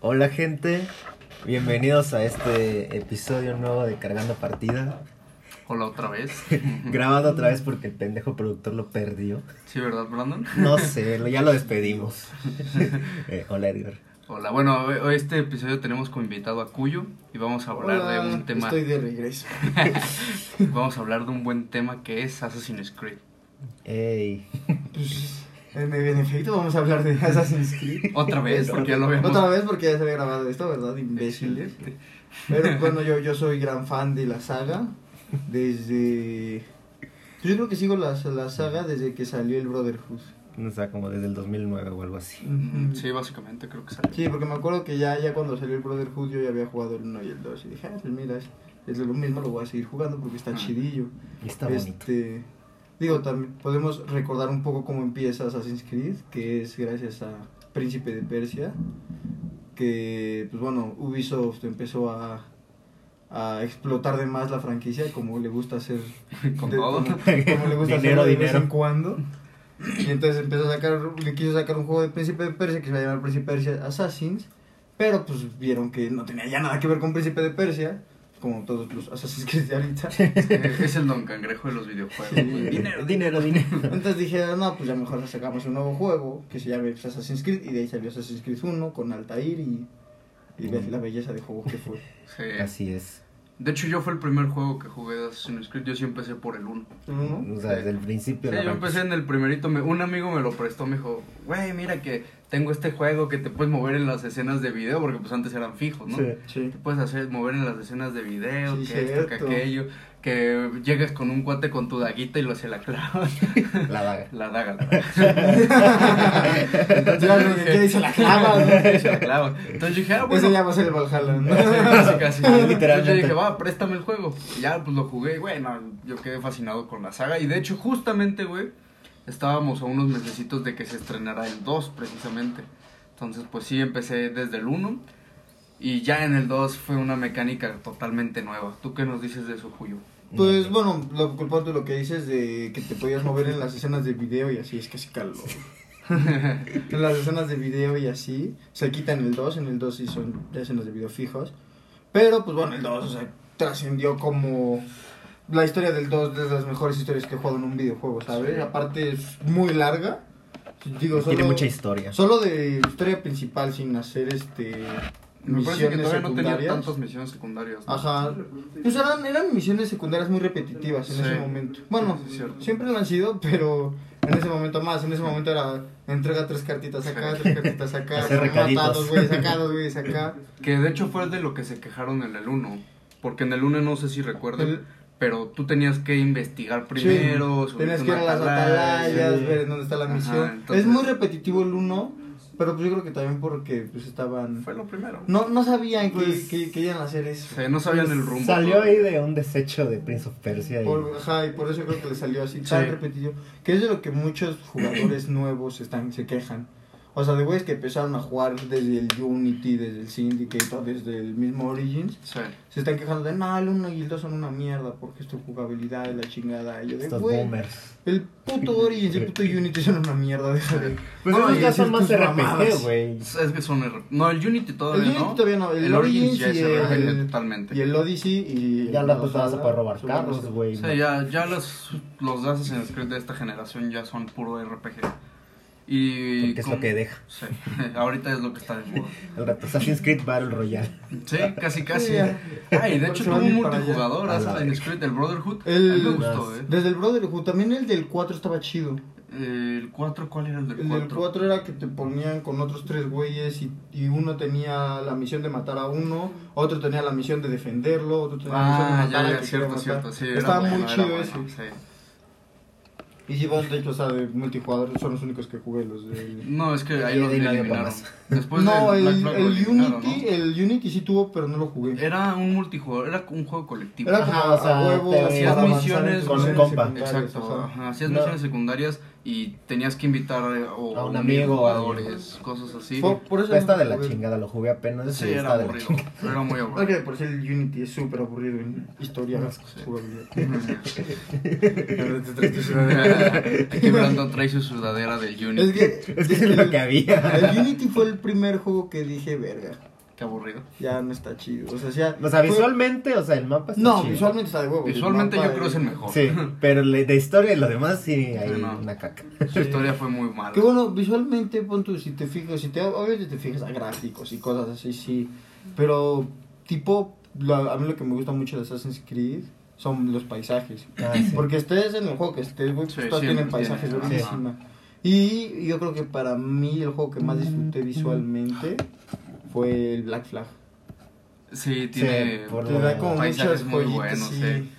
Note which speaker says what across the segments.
Speaker 1: Hola gente, bienvenidos a este episodio nuevo de Cargando Partida.
Speaker 2: Hola otra vez.
Speaker 1: Grabado otra vez porque el pendejo productor lo perdió.
Speaker 2: Sí, ¿verdad, Brandon?
Speaker 1: No sé, lo- ya lo despedimos. Eh, hola Edgar.
Speaker 2: Hola, bueno, hoy- este episodio tenemos como invitado a Cuyo y vamos a hablar
Speaker 3: Hola,
Speaker 2: de un tema.
Speaker 3: Estoy de regreso.
Speaker 2: Vamos a hablar de un buen tema que es Assassin's Creed.
Speaker 1: Ey.
Speaker 3: En, en efecto, vamos a hablar de Assassin's Creed.
Speaker 2: Otra vez, porque ya lo habíamos.
Speaker 3: Otra vez porque ya se había grabado esto, ¿verdad? Imbéciles. Pero bueno, yo, yo soy gran fan de la saga. Desde. Yo creo que sigo la, la saga desde que salió el Brotherhood.
Speaker 1: No sé, como desde el 2009 o algo así.
Speaker 2: Mm, Sí, básicamente creo que salió.
Speaker 3: Sí, porque me acuerdo que ya, ya cuando salió el Brotherhood yo ya había jugado el 1 y el 2. Y dije, ah, pues mira, es, es lo mismo, lo voy a seguir jugando porque está
Speaker 2: Ah.
Speaker 3: chidillo.
Speaker 1: Y está bonito.
Speaker 3: Este, digo, también podemos recordar un poco cómo empieza Assassin's Creed, que es gracias a Príncipe de Persia, que, pues bueno, Ubisoft empezó a, a explotar de más la franquicia, como le gusta hacer.
Speaker 2: Con
Speaker 3: de-
Speaker 2: todo.
Speaker 3: Como, como le gusta
Speaker 1: Dinero,
Speaker 3: hacerlo de
Speaker 1: dinero.
Speaker 3: vez en cuando. Y entonces empezó a sacar, le quiso sacar un juego de Príncipe de Persia que se va a llamar Príncipe de Persia Assassins, pero pues vieron que no tenía ya nada que ver con Príncipe de Persia, como todos los Assassin's Creed de ahorita.
Speaker 2: Eh, Es el don cangrejo de los videojuegos.
Speaker 3: Sí.
Speaker 2: güey. Dinero.
Speaker 1: Eh, dinero. dinero.
Speaker 3: Entonces dijeron, no, pues ya mejor sacamos un nuevo juego que se llame pues, Assassin's Creed y de ahí salió Assassin's Creed 1 con Altair y, y ve la belleza de juego que fue.
Speaker 2: Sí.
Speaker 1: Así es.
Speaker 2: De hecho, yo fue el primer juego que jugué de Assassin's Creed. Yo sí empecé por el 1.
Speaker 3: ¿El uno?
Speaker 1: O sea, desde el principio.
Speaker 2: Sí,
Speaker 1: la
Speaker 2: yo empecé en el primerito, me- un amigo me lo prestó, me dijo, güey, mira que tengo este juego que te puedes mover en las escenas de video, porque pues antes eran fijos, ¿no?
Speaker 1: Sí.
Speaker 3: Sí.
Speaker 2: Te puedes hacer mover en las escenas de video,
Speaker 3: Sí,
Speaker 2: que esto, que
Speaker 3: cierto.
Speaker 2: aquello, que llegas con un cuate con tu daguita y lo se la clavas.
Speaker 1: La daga.
Speaker 2: la daga, la daga.
Speaker 3: Entonces, ya,
Speaker 2: dije-
Speaker 3: ¿Qué dice la clava?
Speaker 2: se la clava. Entonces dije, ah, bueno.
Speaker 3: Ese ya va a ser el Valhalla, ¿no?
Speaker 2: Casi, casi. Entonces
Speaker 1: Literalmente.
Speaker 2: yo dije, va, préstame el juego. Y ya, pues lo jugué. Y bueno, yo quedé fascinado con la saga. Y de hecho, justamente, güey, estábamos a unos mesecitos de que se estrenará el 2, precisamente. Entonces, pues sí, empecé desde el 1. Y ya en el 2 fue una mecánica totalmente nueva. ¿Tú qué nos dices de eso, Julio?
Speaker 3: Pues bueno, lo culpando lo que dices de que te podías mover en las escenas de video y así, es que se caló. en las escenas de video y así, se quitan el 2, en el 2 sí son escenas de video fijos. Pero pues bueno, el 2, o sea, trascendió como la historia del 2 de las mejores historias que he jugado en un videojuego, ¿sabes?
Speaker 2: Sí.
Speaker 3: Aparte es muy larga. Digo, solo,
Speaker 1: Tiene mucha historia.
Speaker 3: solo de historia principal sin hacer este
Speaker 2: Me parece que
Speaker 3: misiones
Speaker 2: todavía no tenía
Speaker 3: secundarias.
Speaker 2: tantas misiones secundarias. ¿no?
Speaker 3: Ajá. Pues eran, eran misiones secundarias muy repetitivas en
Speaker 2: Sí.
Speaker 3: ese momento. Bueno,
Speaker 2: Sí, sí, es cierto.
Speaker 3: siempre lo han sido, pero en ese momento más. En ese momento era entrega tres cartitas acá,
Speaker 2: Sí.
Speaker 3: tres cartitas acá.
Speaker 1: Hacer recaditos.
Speaker 3: mata a dos güeyes acá, dos güeyes acá.
Speaker 2: Que de hecho fue de lo que se quejaron en el 1. Porque en el 1 no sé si recuerden,
Speaker 3: El-
Speaker 2: pero tú tenías que investigar primero.
Speaker 3: Sí.
Speaker 2: subirte
Speaker 3: Tenías que ir a
Speaker 2: una
Speaker 3: las
Speaker 2: atalaya,
Speaker 3: atalayas,
Speaker 1: sí.
Speaker 3: ver en dónde está la
Speaker 2: Ajá,
Speaker 3: misión.
Speaker 2: entonces-
Speaker 3: Es muy repetitivo el uno, pero pues yo creo que también porque pues estaban...
Speaker 2: Fue lo primero.
Speaker 3: No, no sabían que-
Speaker 1: Pues-
Speaker 3: que, que iban a hacer eso.
Speaker 2: Sí, no sabían el rumbo.
Speaker 1: Salió
Speaker 2: todo.
Speaker 1: ahí de un desecho de Prince of Persia. Y...
Speaker 3: Por, ajá, y por eso creo que le salió así tan
Speaker 2: Sí.
Speaker 3: repetido. Que es de lo que muchos jugadores nuevos están, se quejan. O sea, de güeyes que empezaron a jugar desde el Unity, desde el Syndicate, o desde el mismo Origins,
Speaker 2: Sí.
Speaker 3: se están quejando de, no, el 1 y el 2 son una mierda porque es tu jugabilidad es la chingada. Y yo de,
Speaker 1: Estos
Speaker 3: "Güey,
Speaker 1: boomers.
Speaker 3: el puto Origins y el puto Unity son una mierda, deja de...
Speaker 1: Pues
Speaker 2: No,
Speaker 1: esos
Speaker 2: y
Speaker 1: ya
Speaker 3: decir
Speaker 1: son más
Speaker 3: tus
Speaker 1: RPG,
Speaker 3: mamadas.
Speaker 1: güey.
Speaker 2: Es que son. R- No, el Unity
Speaker 3: El
Speaker 2: todavía
Speaker 3: Unity
Speaker 2: no.
Speaker 3: todavía no, el,
Speaker 2: El Origins
Speaker 3: Origins
Speaker 2: ya
Speaker 3: y
Speaker 2: es
Speaker 3: el,
Speaker 2: RPG totalmente.
Speaker 3: y el Odyssey y...
Speaker 1: Ya la pues vas a poder robar
Speaker 3: son unos-
Speaker 1: carros, güey.
Speaker 2: O sea, ya, ya los, los Assassin's Creed de esta generación ya son puro RPG. Y.
Speaker 1: Porque es lo que deja.
Speaker 2: Sí. Ahorita es lo que está de moda.
Speaker 1: Al rato Assassin's Creed Battle Royale.
Speaker 2: Sí, casi, casi.
Speaker 3: Sí, ya.
Speaker 2: Ay, de hecho
Speaker 3: Se
Speaker 2: tuvo
Speaker 3: van a
Speaker 2: un
Speaker 3: ir para allá.
Speaker 2: multijugador,
Speaker 1: A la
Speaker 2: Assassin's Creed, el Brotherhood.
Speaker 3: El-
Speaker 2: A mí me gustó, ¿eh?
Speaker 3: Desde el Brotherhood, también el del 4 estaba chido.
Speaker 2: El 4, ¿cuál era el del
Speaker 3: El del
Speaker 2: 4?
Speaker 3: 4 era que te ponían con otros tres güeyes y, y uno tenía la misión de matar a uno, otro tenía la misión de defenderlo, otro tenía la misión de
Speaker 2: Ah,
Speaker 3: matar
Speaker 2: ya,
Speaker 3: al
Speaker 2: ya,
Speaker 3: que
Speaker 2: cierto,
Speaker 3: quería
Speaker 2: cierto.
Speaker 3: matar.
Speaker 2: Sí,
Speaker 3: Estaba
Speaker 2: era
Speaker 3: muy
Speaker 2: bueno,
Speaker 3: chido
Speaker 2: era
Speaker 3: ese.
Speaker 2: bueno, sí.
Speaker 3: Y si vos, de hecho, o sea, de multijugador son los únicos que jugué los del...
Speaker 2: No, es que ahí
Speaker 1: Y
Speaker 2: los
Speaker 1: de nadie
Speaker 2: eliminaron.
Speaker 1: más.
Speaker 2: Después
Speaker 3: no,
Speaker 2: del Pues Black
Speaker 3: el,
Speaker 2: Flag lo
Speaker 3: el
Speaker 2: eliminaron,
Speaker 3: Unity, eh.
Speaker 2: ¿no?
Speaker 3: el Unity sí tuvo, pero no lo jugué.
Speaker 2: Era un multijugador, era un juego colectivo.
Speaker 3: Era
Speaker 2: Ajá,
Speaker 3: como
Speaker 1: Ajá, o sea,
Speaker 3: a huevo,
Speaker 1: te
Speaker 3: para
Speaker 2: hacías
Speaker 3: avanzar en
Speaker 2: misiones
Speaker 3: tus
Speaker 2: con
Speaker 3: misiones
Speaker 1: un compa.
Speaker 3: secundarias,
Speaker 2: Exacto,
Speaker 3: ajá.
Speaker 2: ajá, hacías
Speaker 1: No.
Speaker 2: misiones secundarias y tenías que invitar eh, o,
Speaker 1: A un
Speaker 2: unir
Speaker 1: amigo,
Speaker 2: jugadores, cosas así.
Speaker 3: Por, por eso
Speaker 1: Pero está
Speaker 3: no
Speaker 1: de la
Speaker 3: jugué.
Speaker 1: chingada, lo jugué apenas.
Speaker 2: Sí,
Speaker 1: y
Speaker 2: era
Speaker 1: está de la
Speaker 2: aburrido,
Speaker 1: chingada.
Speaker 2: era muy aburrido.
Speaker 3: Oye, por eso el Unity es súper aburrido en historia,
Speaker 2: Ah, Sí.
Speaker 3: jugabilidad.
Speaker 2: Aquí Brandon trae su sudadera del Unity.
Speaker 3: Es que,
Speaker 1: Es que es lo que había.
Speaker 3: El Unity fue el el primer juego que dije, verga,
Speaker 2: Qué aburrido.
Speaker 3: ya no está chido. O sea, ya.
Speaker 1: O sea,
Speaker 3: fue-
Speaker 1: visualmente, o sea, el mapa está
Speaker 3: No,
Speaker 1: chido.
Speaker 3: visualmente está de huevo.
Speaker 2: Visualmente yo
Speaker 3: El mapa
Speaker 2: creo que es
Speaker 3: de-
Speaker 2: el mejor.
Speaker 1: Sí, pero le- de historia y lo demás sí hay
Speaker 2: Sí, no.
Speaker 1: una caca.
Speaker 2: Su historia fue muy mala.
Speaker 3: Que bueno, visualmente, pon tú, si te fijas, si te, obviamente te fijas a gráficos y cosas así, sí. Pero, tipo, lo- a mí lo que me gusta mucho de Assassin's Creed son los paisajes.
Speaker 1: Ah, sí.
Speaker 3: Porque estés en el juego que estés, güey, pues
Speaker 2: Sí,
Speaker 3: todos
Speaker 2: sí,
Speaker 3: tienen
Speaker 2: sí,
Speaker 3: paisajes,
Speaker 2: ajá.
Speaker 3: buenísima. Y yo creo que para mí el juego que más disfruté visualmente fue el Black Flag.
Speaker 2: Sí, tiene.
Speaker 1: Sí, por-
Speaker 3: Te da como
Speaker 2: Paisajes
Speaker 3: muchas
Speaker 2: muy
Speaker 3: joyitas,
Speaker 2: buenos,
Speaker 3: sí.
Speaker 2: sí.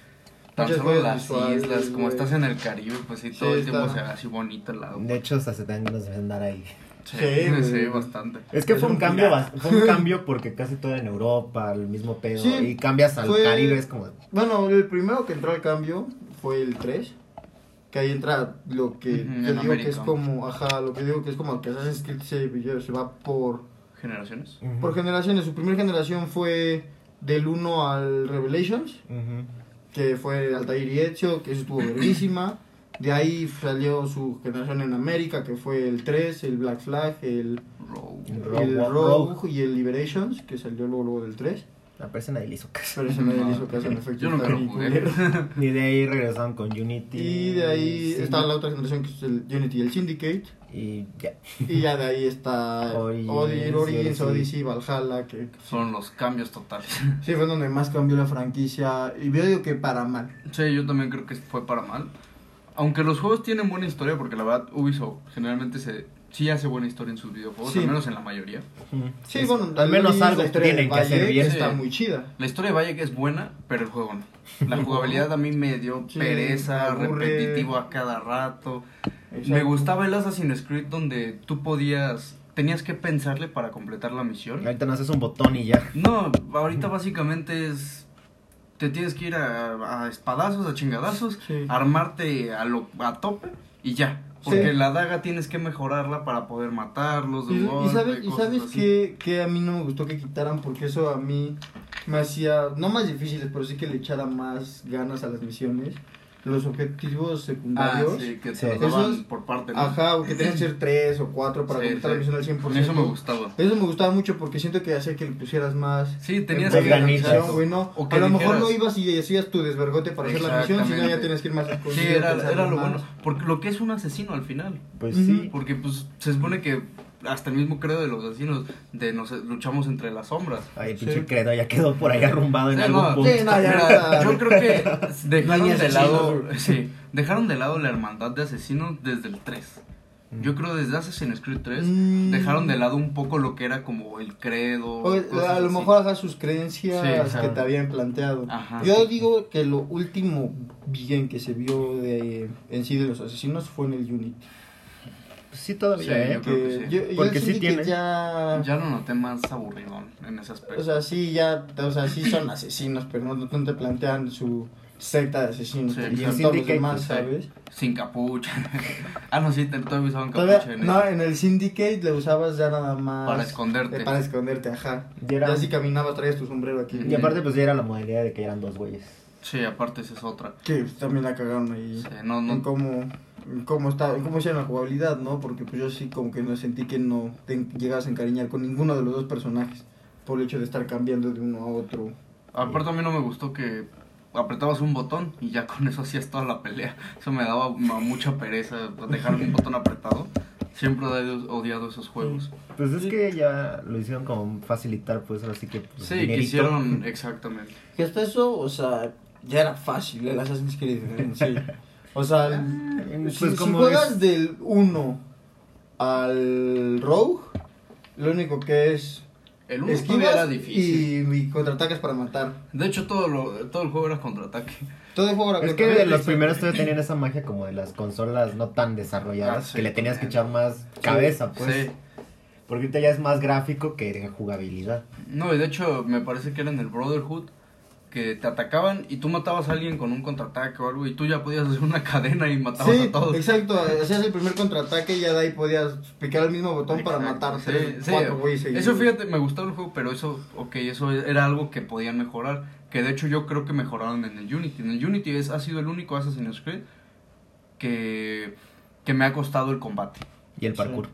Speaker 2: Tan
Speaker 3: muchas
Speaker 2: solo
Speaker 3: joyas
Speaker 2: las
Speaker 3: visuales,
Speaker 2: islas, como
Speaker 3: güey.
Speaker 2: estás en el Caribe, pues sí,
Speaker 3: Sí,
Speaker 2: todo el
Speaker 3: está.
Speaker 2: tiempo se ve así bonito el lado.
Speaker 1: De hecho, hasta se te dan ganas de andar ahí.
Speaker 2: Sí,
Speaker 3: Sí,
Speaker 2: sí,
Speaker 3: güey.
Speaker 2: bastante.
Speaker 1: Es que
Speaker 3: Es
Speaker 1: fue un
Speaker 3: un
Speaker 1: cambio,
Speaker 3: pirata.
Speaker 1: bas- fue un cambio porque casi todo era en Europa, el mismo pedo.
Speaker 3: Sí,
Speaker 1: y cambias al
Speaker 3: fue-
Speaker 1: Caribe, es como.
Speaker 3: Bueno, el primero que entró al cambio fue el 3. Que ahí entra lo que
Speaker 2: Ujú, en
Speaker 3: yo digo que es
Speaker 2: América.
Speaker 3: como, ajá, lo que digo que es como que Assassin's Creed se, se va por,
Speaker 2: Generaciones.
Speaker 1: Ujú,
Speaker 3: por generaciones. Su primera generación fue del 1 al Revelations,
Speaker 1: ujú.
Speaker 3: que fue Altair y Ezio, que eso estuvo verguísima. De ahí salió su generación en América, que fue el 3, el Black Flag, el,
Speaker 2: Rogue.
Speaker 1: El Rogue,
Speaker 3: el
Speaker 1: Rogue.
Speaker 3: Rogue y el Liberations, que salió luego, luego del 3.
Speaker 1: La persona le hizo caso.
Speaker 3: Pero eso nadie le
Speaker 2: No,
Speaker 3: hizo caso, en efecto.
Speaker 2: Yo nunca
Speaker 3: está
Speaker 2: lo
Speaker 3: bien
Speaker 2: jugué.
Speaker 3: culero.
Speaker 1: Y de ahí regresaron con Unity.
Speaker 3: Y de ahí
Speaker 1: sí,
Speaker 3: está la otra generación que es el Unity y el Syndicate.
Speaker 1: Y ya.
Speaker 3: Y ya de ahí está
Speaker 1: Origins,
Speaker 3: Origins, Origins
Speaker 1: Odyssey.
Speaker 3: Odyssey, Valhalla, que
Speaker 2: Fueron los cambios totales.
Speaker 3: sí fue donde más cambió la franquicia. Y yo digo que para mal.
Speaker 2: Sí, yo también creo que fue para mal. Aunque los juegos tienen buena historia, porque la verdad Ubisoft generalmente se, sí hace buena historia en sus videojuegos,
Speaker 3: Sí.
Speaker 2: al menos en la mayoría.
Speaker 1: Ujú.
Speaker 3: Sí,
Speaker 1: Es-
Speaker 3: bueno,
Speaker 1: Al menos
Speaker 3: Origins, la
Speaker 1: algo
Speaker 3: historia
Speaker 1: tienen que
Speaker 3: del
Speaker 1: hacer
Speaker 3: Valle
Speaker 1: bien.
Speaker 3: Está
Speaker 2: Sí.
Speaker 3: muy chida.
Speaker 2: La historia de Valle es buena, pero el juego no. La jugabilidad a mí me dio
Speaker 3: Sí,
Speaker 2: pereza,
Speaker 3: me aburre.
Speaker 2: repetitivo a cada rato. Me
Speaker 3: Exacto.
Speaker 2: gustaba el Assassin's Creed donde tú podías, tenías que pensarle para completar la misión.
Speaker 1: Ahorita no haces un botón y ya.
Speaker 2: No, ahorita básicamente es. Te tienes que ir a, a espadazos, a chingadazos,
Speaker 3: Sí.
Speaker 2: armarte a, lo, a tope y ya. Porque
Speaker 3: Sí.
Speaker 2: la daga tienes que mejorarla para poder matarlos. de
Speaker 3: Y, y
Speaker 2: golpe,
Speaker 3: sabes, y
Speaker 2: cosas
Speaker 3: sabes
Speaker 2: así.
Speaker 3: que, que a mí no me gustó que quitaran porque eso a mí me hacía, no más difíciles, pero sí que le echara más ganas a las misiones. Los objetivos
Speaker 2: Ah,
Speaker 3: secundarios.
Speaker 2: sí, que te
Speaker 1: Sí.
Speaker 2: lo daban
Speaker 3: Esos-
Speaker 2: por parte. ¿no?
Speaker 3: Ajá, o que tenían que ser tres o cuatro para
Speaker 2: Sí,
Speaker 3: completar
Speaker 2: sí.
Speaker 3: la misión al 100%.
Speaker 2: Eso me gustaba.
Speaker 3: Eso me gustaba mucho porque siento que hacía que le pusieras más.
Speaker 2: Sí, tenías
Speaker 1: Más
Speaker 2: que.
Speaker 1: ganitas.
Speaker 2: exacto.
Speaker 3: güey, ¿no?
Speaker 2: O que
Speaker 3: a lo mejor
Speaker 2: dijeras-
Speaker 3: no ibas y hacías tu desvergote para hacer la misión, sino ya
Speaker 2: Exactamente.
Speaker 3: tenías que ir más
Speaker 2: Sí,
Speaker 3: escondido.
Speaker 2: era,
Speaker 3: pensar
Speaker 2: era lo
Speaker 3: más.
Speaker 2: bueno. Porque lo que es un asesino al final.
Speaker 1: Pues
Speaker 3: Ujú.
Speaker 1: sí.
Speaker 2: Porque pues se supone que hasta el mismo credo de los asesinos, de nos luchamos entre las sombras.
Speaker 1: Ay,
Speaker 3: Sí.
Speaker 1: pinche credo, ya quedó por ahí arrumbado en
Speaker 2: Sí,
Speaker 1: algún
Speaker 2: no,
Speaker 1: punto.
Speaker 3: sí, Eh, no, ya
Speaker 2: Mira,
Speaker 3: está.
Speaker 2: yo creo que dejaron
Speaker 3: No hay
Speaker 2: de lado,
Speaker 3: asesinos.
Speaker 2: sí, dejaron de lado la hermandad de asesinos desde el 3. Yo creo desde Assassin's Creed 3
Speaker 3: Mm.
Speaker 2: dejaron de lado un poco lo que era como el credo.
Speaker 3: O,
Speaker 2: cosas
Speaker 3: Pues, a lo
Speaker 2: así.
Speaker 3: mejor hagas sus creencias
Speaker 2: Sí, Ah, ajá.
Speaker 3: que te habían planteado.
Speaker 2: Ajá.
Speaker 3: Yo digo que lo último bien que se vio de, en sí de los asesinos fue en el Unity.
Speaker 1: Pues sí, todavía,
Speaker 2: Sí,
Speaker 1: ¿eh?
Speaker 2: yo creo que sí.
Speaker 3: yo, yo
Speaker 1: Porque sí
Speaker 3: sentí que
Speaker 1: tiene.
Speaker 3: ya,
Speaker 2: ya lo noté más aburrido en ese aspecto.
Speaker 3: O sea, sí, ya, o sea, sí son asesinos, pero no, no te plantean su secta de asesinos.
Speaker 2: Sí,
Speaker 3: que
Speaker 2: y
Speaker 1: el
Speaker 2: pues,
Speaker 3: son todos los
Speaker 1: Syndicate,
Speaker 3: demás,
Speaker 2: sí.
Speaker 3: ¿sabes?
Speaker 2: Sin capucha. ah, no, sí, te- todavía usaban
Speaker 3: Todavía-
Speaker 2: capucha en
Speaker 3: no,
Speaker 2: ese-
Speaker 3: en el Syndicate le usabas ya nada más.
Speaker 2: para esconderte.
Speaker 3: eh, para esconderte, ajá.
Speaker 1: Y era-
Speaker 3: Ya si caminabas, traías tu sombrero aquí.
Speaker 1: Y aparte, pues ya era la modalidad de que eran dos güeyes.
Speaker 2: Sí, aparte esa es otra.
Speaker 3: Que pues, también la cagaron ahí.
Speaker 2: Sí, no,
Speaker 3: En
Speaker 2: no,
Speaker 3: cómo, en cómo está, en cómo hicieron la jugabilidad, ¿no? Porque pues yo sí como que no sentí que no te llegas a encariñar con ninguno de los dos personajes. Por el hecho de estar cambiando de uno a otro.
Speaker 2: Aparte a mí no me gustó que apretabas un botón y ya con eso hacías toda la pelea. Eso me daba ma- mucha pereza dejar un botón apretado. Siempre he odiado- odiado esos juegos.
Speaker 1: Pues es que ya lo hicieron como facilitar, pues ahora sí que. pues,
Speaker 2: Sí,
Speaker 1: dinerito.
Speaker 2: quisieron exactamente.
Speaker 3: Que hasta eso, o sea, ya era fácil el Assassin's Creed en sí. O sea, el-
Speaker 1: Pues
Speaker 3: si, si
Speaker 1: como
Speaker 3: juegas
Speaker 1: es-
Speaker 3: del 1 al Rogue, lo único que es
Speaker 2: El uno todavía
Speaker 3: esquivas
Speaker 2: era difícil.
Speaker 3: Y, y contraatacas para matar.
Speaker 2: De hecho todo lo, todo el juego era contraataque.
Speaker 3: Todo el juego era
Speaker 1: Es que
Speaker 3: contraataque.
Speaker 1: de los primeros todavía tenían esa magia como de las consolas no tan desarrolladas,
Speaker 2: Ah, sí,
Speaker 1: que le tenías que
Speaker 2: también.
Speaker 1: echar más cabeza, pues.
Speaker 2: Sí.
Speaker 1: Porque ahorita ya es más gráfico que de jugabilidad.
Speaker 2: No, y de hecho me parece que era en el Brotherhood que te atacaban y tú matabas a alguien con un contraataque o algo y tú ya podías hacer una cadena y matabas
Speaker 3: Sí,
Speaker 2: a todos.
Speaker 3: exacto. Hacías el primer contraataque y ya de ahí podías picar el mismo botón para
Speaker 2: Exacto,
Speaker 3: matar
Speaker 2: sí,
Speaker 3: tres,
Speaker 2: sí.
Speaker 3: cuatro güeyes seguidos.
Speaker 2: Eso fíjate, me gustaba el juego, pero eso, ok, eso era algo que podían mejorar. Que de hecho yo creo que mejoraron en el Unity. En el Unity es, ha sido el único Assassin's Creed que, que me ha costado el combate.
Speaker 1: Y el parkour.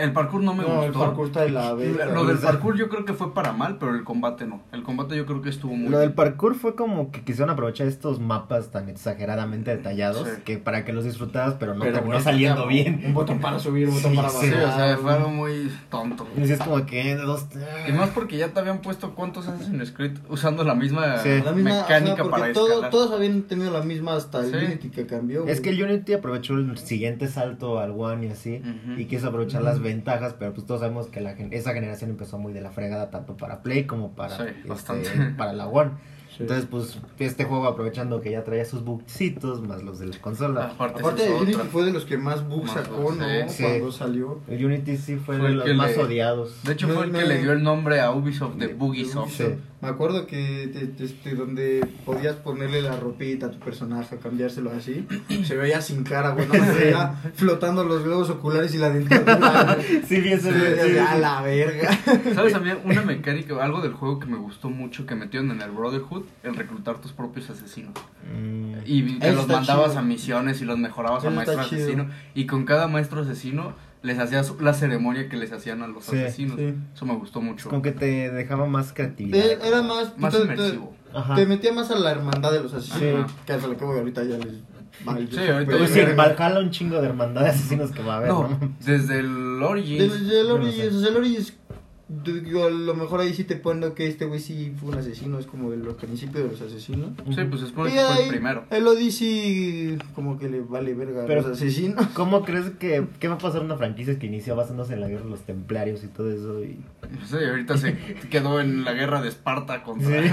Speaker 2: El parkour no me
Speaker 3: No,
Speaker 2: gustó.
Speaker 3: el parkour está de la verga.
Speaker 2: Lo del parkour yo creo que fue para mal, pero el combate no. El combate yo creo que estuvo muy...
Speaker 1: Lo del parkour fue como que quisieron aprovechar estos mapas tan exageradamente detallados
Speaker 2: Sí.
Speaker 1: que para que los disfrutaras, pero no
Speaker 2: Pero,
Speaker 1: terminó
Speaker 2: güey,
Speaker 1: saliendo
Speaker 2: ya,
Speaker 1: bien.
Speaker 3: Un botón para subir, un botón para bajar.
Speaker 2: Sí, o sea, fue algo muy tonto.
Speaker 1: Y así es como que "Eh, dos.
Speaker 2: Y más porque ya te habían puesto cuántos Assassin's Creed usando la misma
Speaker 1: Sí.
Speaker 3: La misma,
Speaker 2: mecánica
Speaker 3: o sea, porque
Speaker 2: para
Speaker 3: todo-
Speaker 2: escalar.
Speaker 3: todos habían tenido la misma hasta el
Speaker 2: Sí.
Speaker 3: Unity que cambió.
Speaker 1: Es
Speaker 3: güey.
Speaker 1: que el Unity aprovechó el siguiente salto al One y así,
Speaker 2: Ujú.
Speaker 1: y quiso aprovechar las ventajas, pero pues todos sabemos que la gen- esa generación empezó muy de la fregada, tanto para Play como para,
Speaker 2: Sí,
Speaker 1: este,
Speaker 2: bastante.
Speaker 1: para la One.
Speaker 3: Sí.
Speaker 1: Entonces, pues este juego aprovechando que ya traía sus bugcitos más los de la consola.
Speaker 2: Aparte,
Speaker 3: Aparte
Speaker 2: esa
Speaker 3: de
Speaker 2: es
Speaker 3: Unity
Speaker 2: otra.
Speaker 3: fue de los que más bugs
Speaker 2: Más
Speaker 3: sacó,
Speaker 2: bugs,
Speaker 3: ¿no?
Speaker 2: sí.
Speaker 3: Cuando
Speaker 1: Sí.
Speaker 3: salió.
Speaker 1: El Unity sí fue,
Speaker 2: Fue
Speaker 1: de
Speaker 2: el
Speaker 1: los
Speaker 2: que
Speaker 1: más
Speaker 2: le-
Speaker 1: odiados.
Speaker 2: De hecho
Speaker 3: No,
Speaker 2: fue el
Speaker 3: no.
Speaker 2: que le dio el nombre a Ubisoft de
Speaker 1: De
Speaker 2: Bugisoft.
Speaker 1: Sí.
Speaker 3: Me acuerdo que te- te- este, donde podías ponerle la ropita a tu personaje, cambiárselo así, se veía sin cara, güey. nada más se veía flotando los globos oculares y la dentadura. güey.
Speaker 1: Sí, bien,
Speaker 3: Se veía a la verga.
Speaker 2: ¿Sabes a mí una mecánica, algo del juego que me gustó mucho que metieron en el Brotherhood? El reclutar tus propios asesinos. Y que
Speaker 3: Eso
Speaker 2: los
Speaker 3: está
Speaker 2: mandabas
Speaker 3: chido.
Speaker 2: a misiones y los mejorabas a
Speaker 3: Eso está
Speaker 2: maestro
Speaker 3: chido.
Speaker 2: asesino. Y con cada maestro asesino les hacías la ceremonia que les hacían a los
Speaker 1: Sí,
Speaker 2: asesinos.
Speaker 3: sí.
Speaker 2: Eso me gustó mucho.
Speaker 1: Como que te dejaba más creatividad.
Speaker 3: Eh, Era más...
Speaker 2: Más
Speaker 3: te- te-
Speaker 2: inmersivo.
Speaker 1: Ajá.
Speaker 3: Te metía más a la hermandad de los asesinos.
Speaker 1: Sí.
Speaker 3: Que hasta lo que voy ahorita ya les... vale,
Speaker 2: Sí, ahorita
Speaker 1: Uy,
Speaker 3: pero-
Speaker 2: ya
Speaker 1: sí,
Speaker 2: Pero-
Speaker 1: en Valhalla un chingo de hermandad de asesinos que va a haber, ¿no?
Speaker 2: Pues No, desde el Origins.
Speaker 3: Desde el
Speaker 1: Yo no
Speaker 3: Origins,
Speaker 1: sé.
Speaker 3: o sea, el Origins, yo- yo a lo mejor ahí sí te pongo que este güey sí fue un asesino, es como de los principios de los asesinos.
Speaker 2: Sí, pues es como
Speaker 3: Y
Speaker 2: que fue
Speaker 3: ahí,
Speaker 2: el primero.
Speaker 3: El Odyssey como que le vale verga
Speaker 1: Pero-
Speaker 3: a los asesinos.
Speaker 1: ¿Cómo crees que qué va a pasar una franquicia que inició basándose en la guerra de los templarios y todo eso? Y,
Speaker 2: Sí, ahorita se quedó en la guerra de Esparta contra.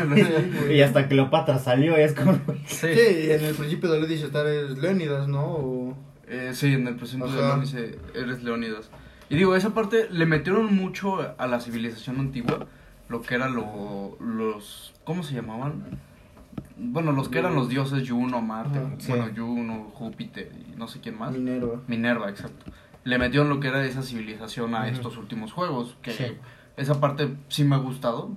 Speaker 1: y hasta Cleopatra salió y es como...
Speaker 2: Sí.
Speaker 3: Sí, en el principio del Odyssey está es Leónidas, ¿no? O-
Speaker 2: Eh, sí, en el presente
Speaker 3: Ajá.
Speaker 2: de León dice, eres Leónidas. Y digo, esa parte le metieron mucho a la civilización antigua, lo que eran los... ¿Cómo se llamaban? Bueno, los que eran los dioses Juno, Marte,
Speaker 3: Ajá.
Speaker 1: Sí.
Speaker 2: bueno, Juno, Júpiter y no sé quién más.
Speaker 3: Minero.
Speaker 2: Minerva, exacto. Le metieron lo que era esa civilización a
Speaker 1: Ujú.
Speaker 2: estos últimos juegos, que
Speaker 1: Sí.
Speaker 2: esa parte sí me ha gustado,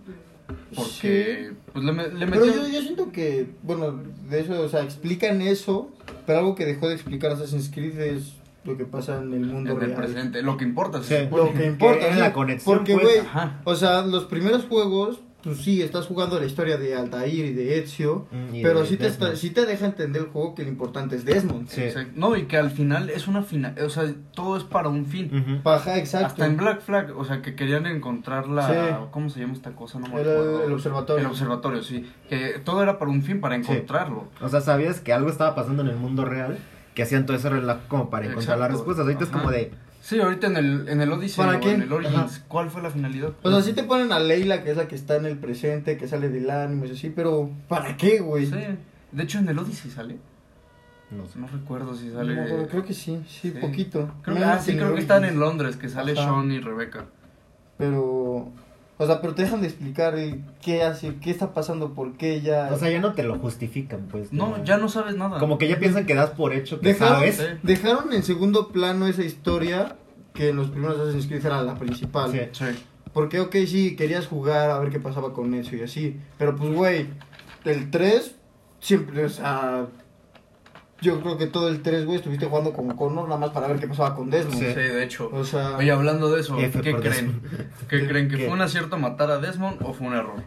Speaker 2: porque pues le, me- le
Speaker 3: Pero
Speaker 2: metieron...
Speaker 3: yo, yo siento que, bueno, de eso, o sea, explican eso, pero algo que dejó de explicar Assassin's Creed es lo que pasa en el mundo
Speaker 2: en el
Speaker 3: real.
Speaker 2: presente, lo que importa. se
Speaker 1: Sí.
Speaker 2: supone.
Speaker 3: Lo que importa.
Speaker 1: en
Speaker 3: o sea,
Speaker 1: la conexión,
Speaker 3: Porque,
Speaker 1: pues,
Speaker 3: güey,
Speaker 2: ajá.
Speaker 3: o sea, los primeros juegos, pues sí, estás jugando la historia de Altair y de Ezio,
Speaker 1: Mm, y
Speaker 3: pero
Speaker 1: de
Speaker 3: sí te,
Speaker 1: Desmond.
Speaker 3: está- sí te deja entender el juego que lo importante es Desmond.
Speaker 1: Sí.
Speaker 2: Exacto. No, y que al final es una final, o sea, todo es para un fin.
Speaker 1: Ujú.
Speaker 3: Paja, exacto.
Speaker 2: Hasta en Black Flag, o sea, que querían encontrar la...
Speaker 3: Sí.
Speaker 2: ¿Cómo se llama esta cosa? No me
Speaker 3: Era
Speaker 2: acuerdo.
Speaker 3: el observatorio.
Speaker 2: El observatorio, sí. Que todo era para un fin, para encontrarlo.
Speaker 1: O sea, sabías que algo estaba pasando en el mundo real que hacían todo ese relajo como para encontrar las
Speaker 2: Exacto.
Speaker 1: respuestas. Ahorita
Speaker 2: Ajá.
Speaker 1: es como de...
Speaker 2: Sí, ahorita en el, en el Odyssey
Speaker 3: ¿Para
Speaker 2: o
Speaker 3: qué? Pues,
Speaker 2: en el Origins,
Speaker 1: Ajá.
Speaker 2: ¿cuál fue la finalidad?
Speaker 3: O sea, sí te ponen a Leila, que es la que está en el presente, que sale del ánimo y así, pero ¿para qué, güey?
Speaker 2: Sí. De hecho, en el Odyssey sale.
Speaker 1: No sé.
Speaker 2: No recuerdo si
Speaker 3: No,
Speaker 2: sale...
Speaker 3: creo que sí,
Speaker 2: Sí.
Speaker 3: sí, poquito.
Speaker 2: Creo que,
Speaker 3: Menos
Speaker 2: ah, sí,
Speaker 3: en
Speaker 2: creo que
Speaker 3: Origins.
Speaker 2: están en Londres, que sale
Speaker 3: Ajá.
Speaker 2: Sean y Rebecca.
Speaker 3: Pero, o sea, pero te dejan de explicar el qué hace, qué está pasando, por qué ya...
Speaker 1: O sea, ya no te lo justifican, pues.
Speaker 2: No, ya no sabes nada.
Speaker 1: Como que ya piensan que das por hecho que
Speaker 3: Dejaron,
Speaker 1: sabes.
Speaker 2: Sí.
Speaker 3: dejaron en segundo plano esa historia que en los primeros Assassin's Creed era la principal.
Speaker 1: Sí.
Speaker 2: Sí.
Speaker 3: Porque, ok, sí, querías jugar a ver qué pasaba con eso y así. Pero, pues, güey, el 3 siempre, o sea... Yo creo que todo el 3, güey, estuviste jugando con Connor nada más para ver qué pasaba con Desmond.
Speaker 2: Sí,
Speaker 1: Sí.
Speaker 2: de hecho.
Speaker 3: O sea...
Speaker 2: Oye, hablando de eso,
Speaker 1: F
Speaker 2: ¿qué
Speaker 1: por
Speaker 2: creen? ¿Qué creen? ¿Que
Speaker 1: ¿Qué?
Speaker 2: fue un acierto matar a Desmond o fue un error?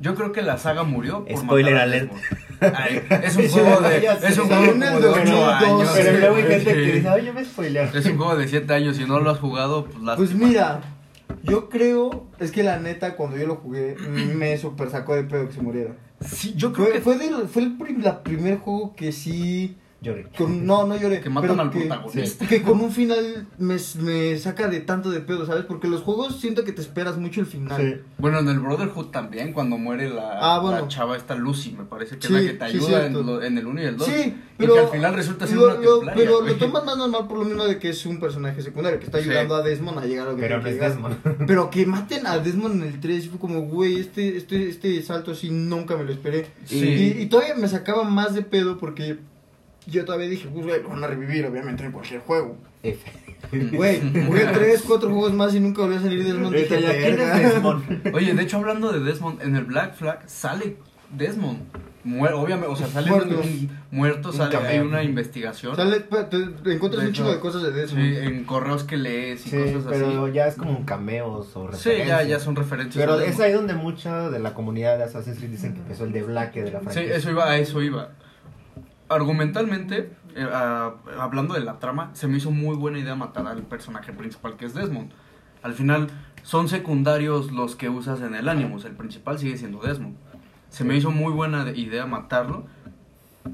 Speaker 2: Yo creo que la saga murió por
Speaker 1: Spoiler
Speaker 2: matar a
Speaker 1: alert.
Speaker 2: Desmond. Ay, es un juego de
Speaker 1: Ya sé,
Speaker 2: es un
Speaker 3: salió
Speaker 2: juego
Speaker 3: en el
Speaker 2: como de ocho
Speaker 3: 2012,
Speaker 2: años.
Speaker 1: Pero luego hay
Speaker 2: güey.
Speaker 1: gente que dice, ay, yo me spoilearon.
Speaker 2: Es un juego de 7 años, si no lo has jugado, pues lástima.
Speaker 3: Pues mira, yo creo, es que la neta, cuando yo lo jugué, me super sacó de pedo que se muriera.
Speaker 2: Sí, yo creo
Speaker 3: Fue,
Speaker 2: que
Speaker 3: fue, del- fue el prim- la primer juego que sí...
Speaker 1: Lloré.
Speaker 3: Con, no, no lloré.
Speaker 2: Que matan
Speaker 3: pero
Speaker 2: al
Speaker 3: que-
Speaker 2: protagonista.
Speaker 3: Que con un final me, me saca de tanto de pedo, ¿sabes? Porque los juegos siento que te esperas mucho el final.
Speaker 1: Sí.
Speaker 2: Bueno, en el Brotherhood también, cuando muere la,
Speaker 3: Ah, bueno.
Speaker 2: la chava esta Lucy, me parece que
Speaker 3: Sí,
Speaker 2: es la que te
Speaker 3: sí,
Speaker 2: ayuda
Speaker 3: cierto.
Speaker 2: en, lo- en el 1 y el 2.
Speaker 3: Sí,
Speaker 2: y
Speaker 3: pero.
Speaker 2: que al final resulta ser
Speaker 3: lo-
Speaker 2: una
Speaker 3: lo-
Speaker 2: templaria.
Speaker 3: Pero lo
Speaker 2: güey.
Speaker 3: toman más normal por lo mismo de que es un personaje secundario que está
Speaker 2: Sí.
Speaker 3: ayudando a Desmond a llegar a lo que
Speaker 1: Pero
Speaker 3: tiene
Speaker 1: no
Speaker 3: que
Speaker 1: es
Speaker 3: llegar.
Speaker 1: Desmond.
Speaker 3: Pero que maten a Desmond en el 3, fue como, güey, este, este, este salto así nunca me lo esperé.
Speaker 2: Sí.
Speaker 3: Y, y todavía me sacaba más de pedo porque yo todavía dije, pues, güey, lo van a revivir, obviamente, en cualquier juego.
Speaker 1: F.
Speaker 3: Güey, jugué 3, 4 juegos más y nunca volví a salir Desmond.
Speaker 1: Ahorita
Speaker 3: Dije,
Speaker 1: ya, ¿quién es
Speaker 3: "Verga".
Speaker 1: Desmond?
Speaker 2: Oye, de hecho, hablando de Desmond, en el Black Flag sale Desmond. Muer- obviamente, o sea, sale
Speaker 3: Muertos.
Speaker 2: un- muerto,
Speaker 1: Un
Speaker 2: sale, hay
Speaker 1: cameo.
Speaker 2: una investigación.
Speaker 3: Sale, pa- te, te encuentras
Speaker 2: De
Speaker 3: un
Speaker 2: hecho,
Speaker 3: chico de cosas de
Speaker 2: Sí, eh,
Speaker 3: eso.
Speaker 2: en correos que lees y
Speaker 1: Sí,
Speaker 2: cosas
Speaker 1: pero
Speaker 2: así.
Speaker 1: ya es como cameos o
Speaker 2: Sí, ya,
Speaker 1: referencias.
Speaker 2: ya son referencias.
Speaker 1: Pero
Speaker 2: a
Speaker 1: es
Speaker 2: Desmond.
Speaker 1: ahí donde mucha de la comunidad de Assassin's Creed dicen que empezó el deblaque de la
Speaker 2: Sí,
Speaker 1: franquicia.
Speaker 2: eso iba, a eso iba. Argumentalmente, eh, ah, hablando de la trama, se me hizo muy buena idea matar al personaje principal que es Desmond. Al final, son secundarios los que usas en el Animus, el principal sigue siendo Desmond. Se me hizo muy buena de- idea matarlo,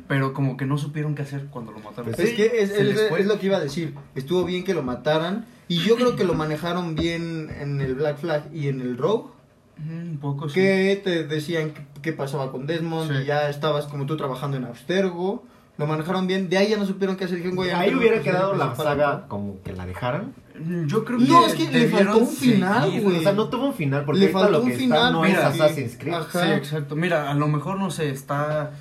Speaker 2: pero como que no supieron qué hacer cuando lo mataron.
Speaker 1: Pues
Speaker 3: Es que es,
Speaker 2: Se
Speaker 3: es-
Speaker 2: les fue.
Speaker 3: es lo que iba a decir. Estuvo bien que lo mataran. Y yo creo que lo manejaron bien en el Black Flag y en el Rogue.
Speaker 2: Ujú, Mm, Un poco, Pues sí.
Speaker 3: Que te decían qué- qué pasaba con Desmond.
Speaker 2: Sí.
Speaker 3: Y ya estabas como tú trabajando en Abstergo. Lo manejaron bien. De ahí ya no supieron qué hacer. dijeron, güey,
Speaker 1: Ahí
Speaker 3: no
Speaker 1: hubiera
Speaker 3: tenemos que
Speaker 1: quedado
Speaker 3: hacer
Speaker 1: la
Speaker 3: eso
Speaker 1: saga
Speaker 3: para-
Speaker 1: como que la dejaran.
Speaker 2: Mm, Yo creo
Speaker 3: No, es que le
Speaker 2: debieron
Speaker 3: faltó un final,
Speaker 2: seguir.
Speaker 3: güey.
Speaker 1: O sea, no tuvo un final porque
Speaker 3: Le
Speaker 1: ahorita
Speaker 3: faltó
Speaker 1: lo
Speaker 3: un
Speaker 1: que está
Speaker 3: final,
Speaker 1: no
Speaker 2: mira,
Speaker 1: es
Speaker 2: y-
Speaker 1: Assassin's Creed.
Speaker 3: ajá.
Speaker 2: Sí, exacto. Mira, a lo mejor no sé, está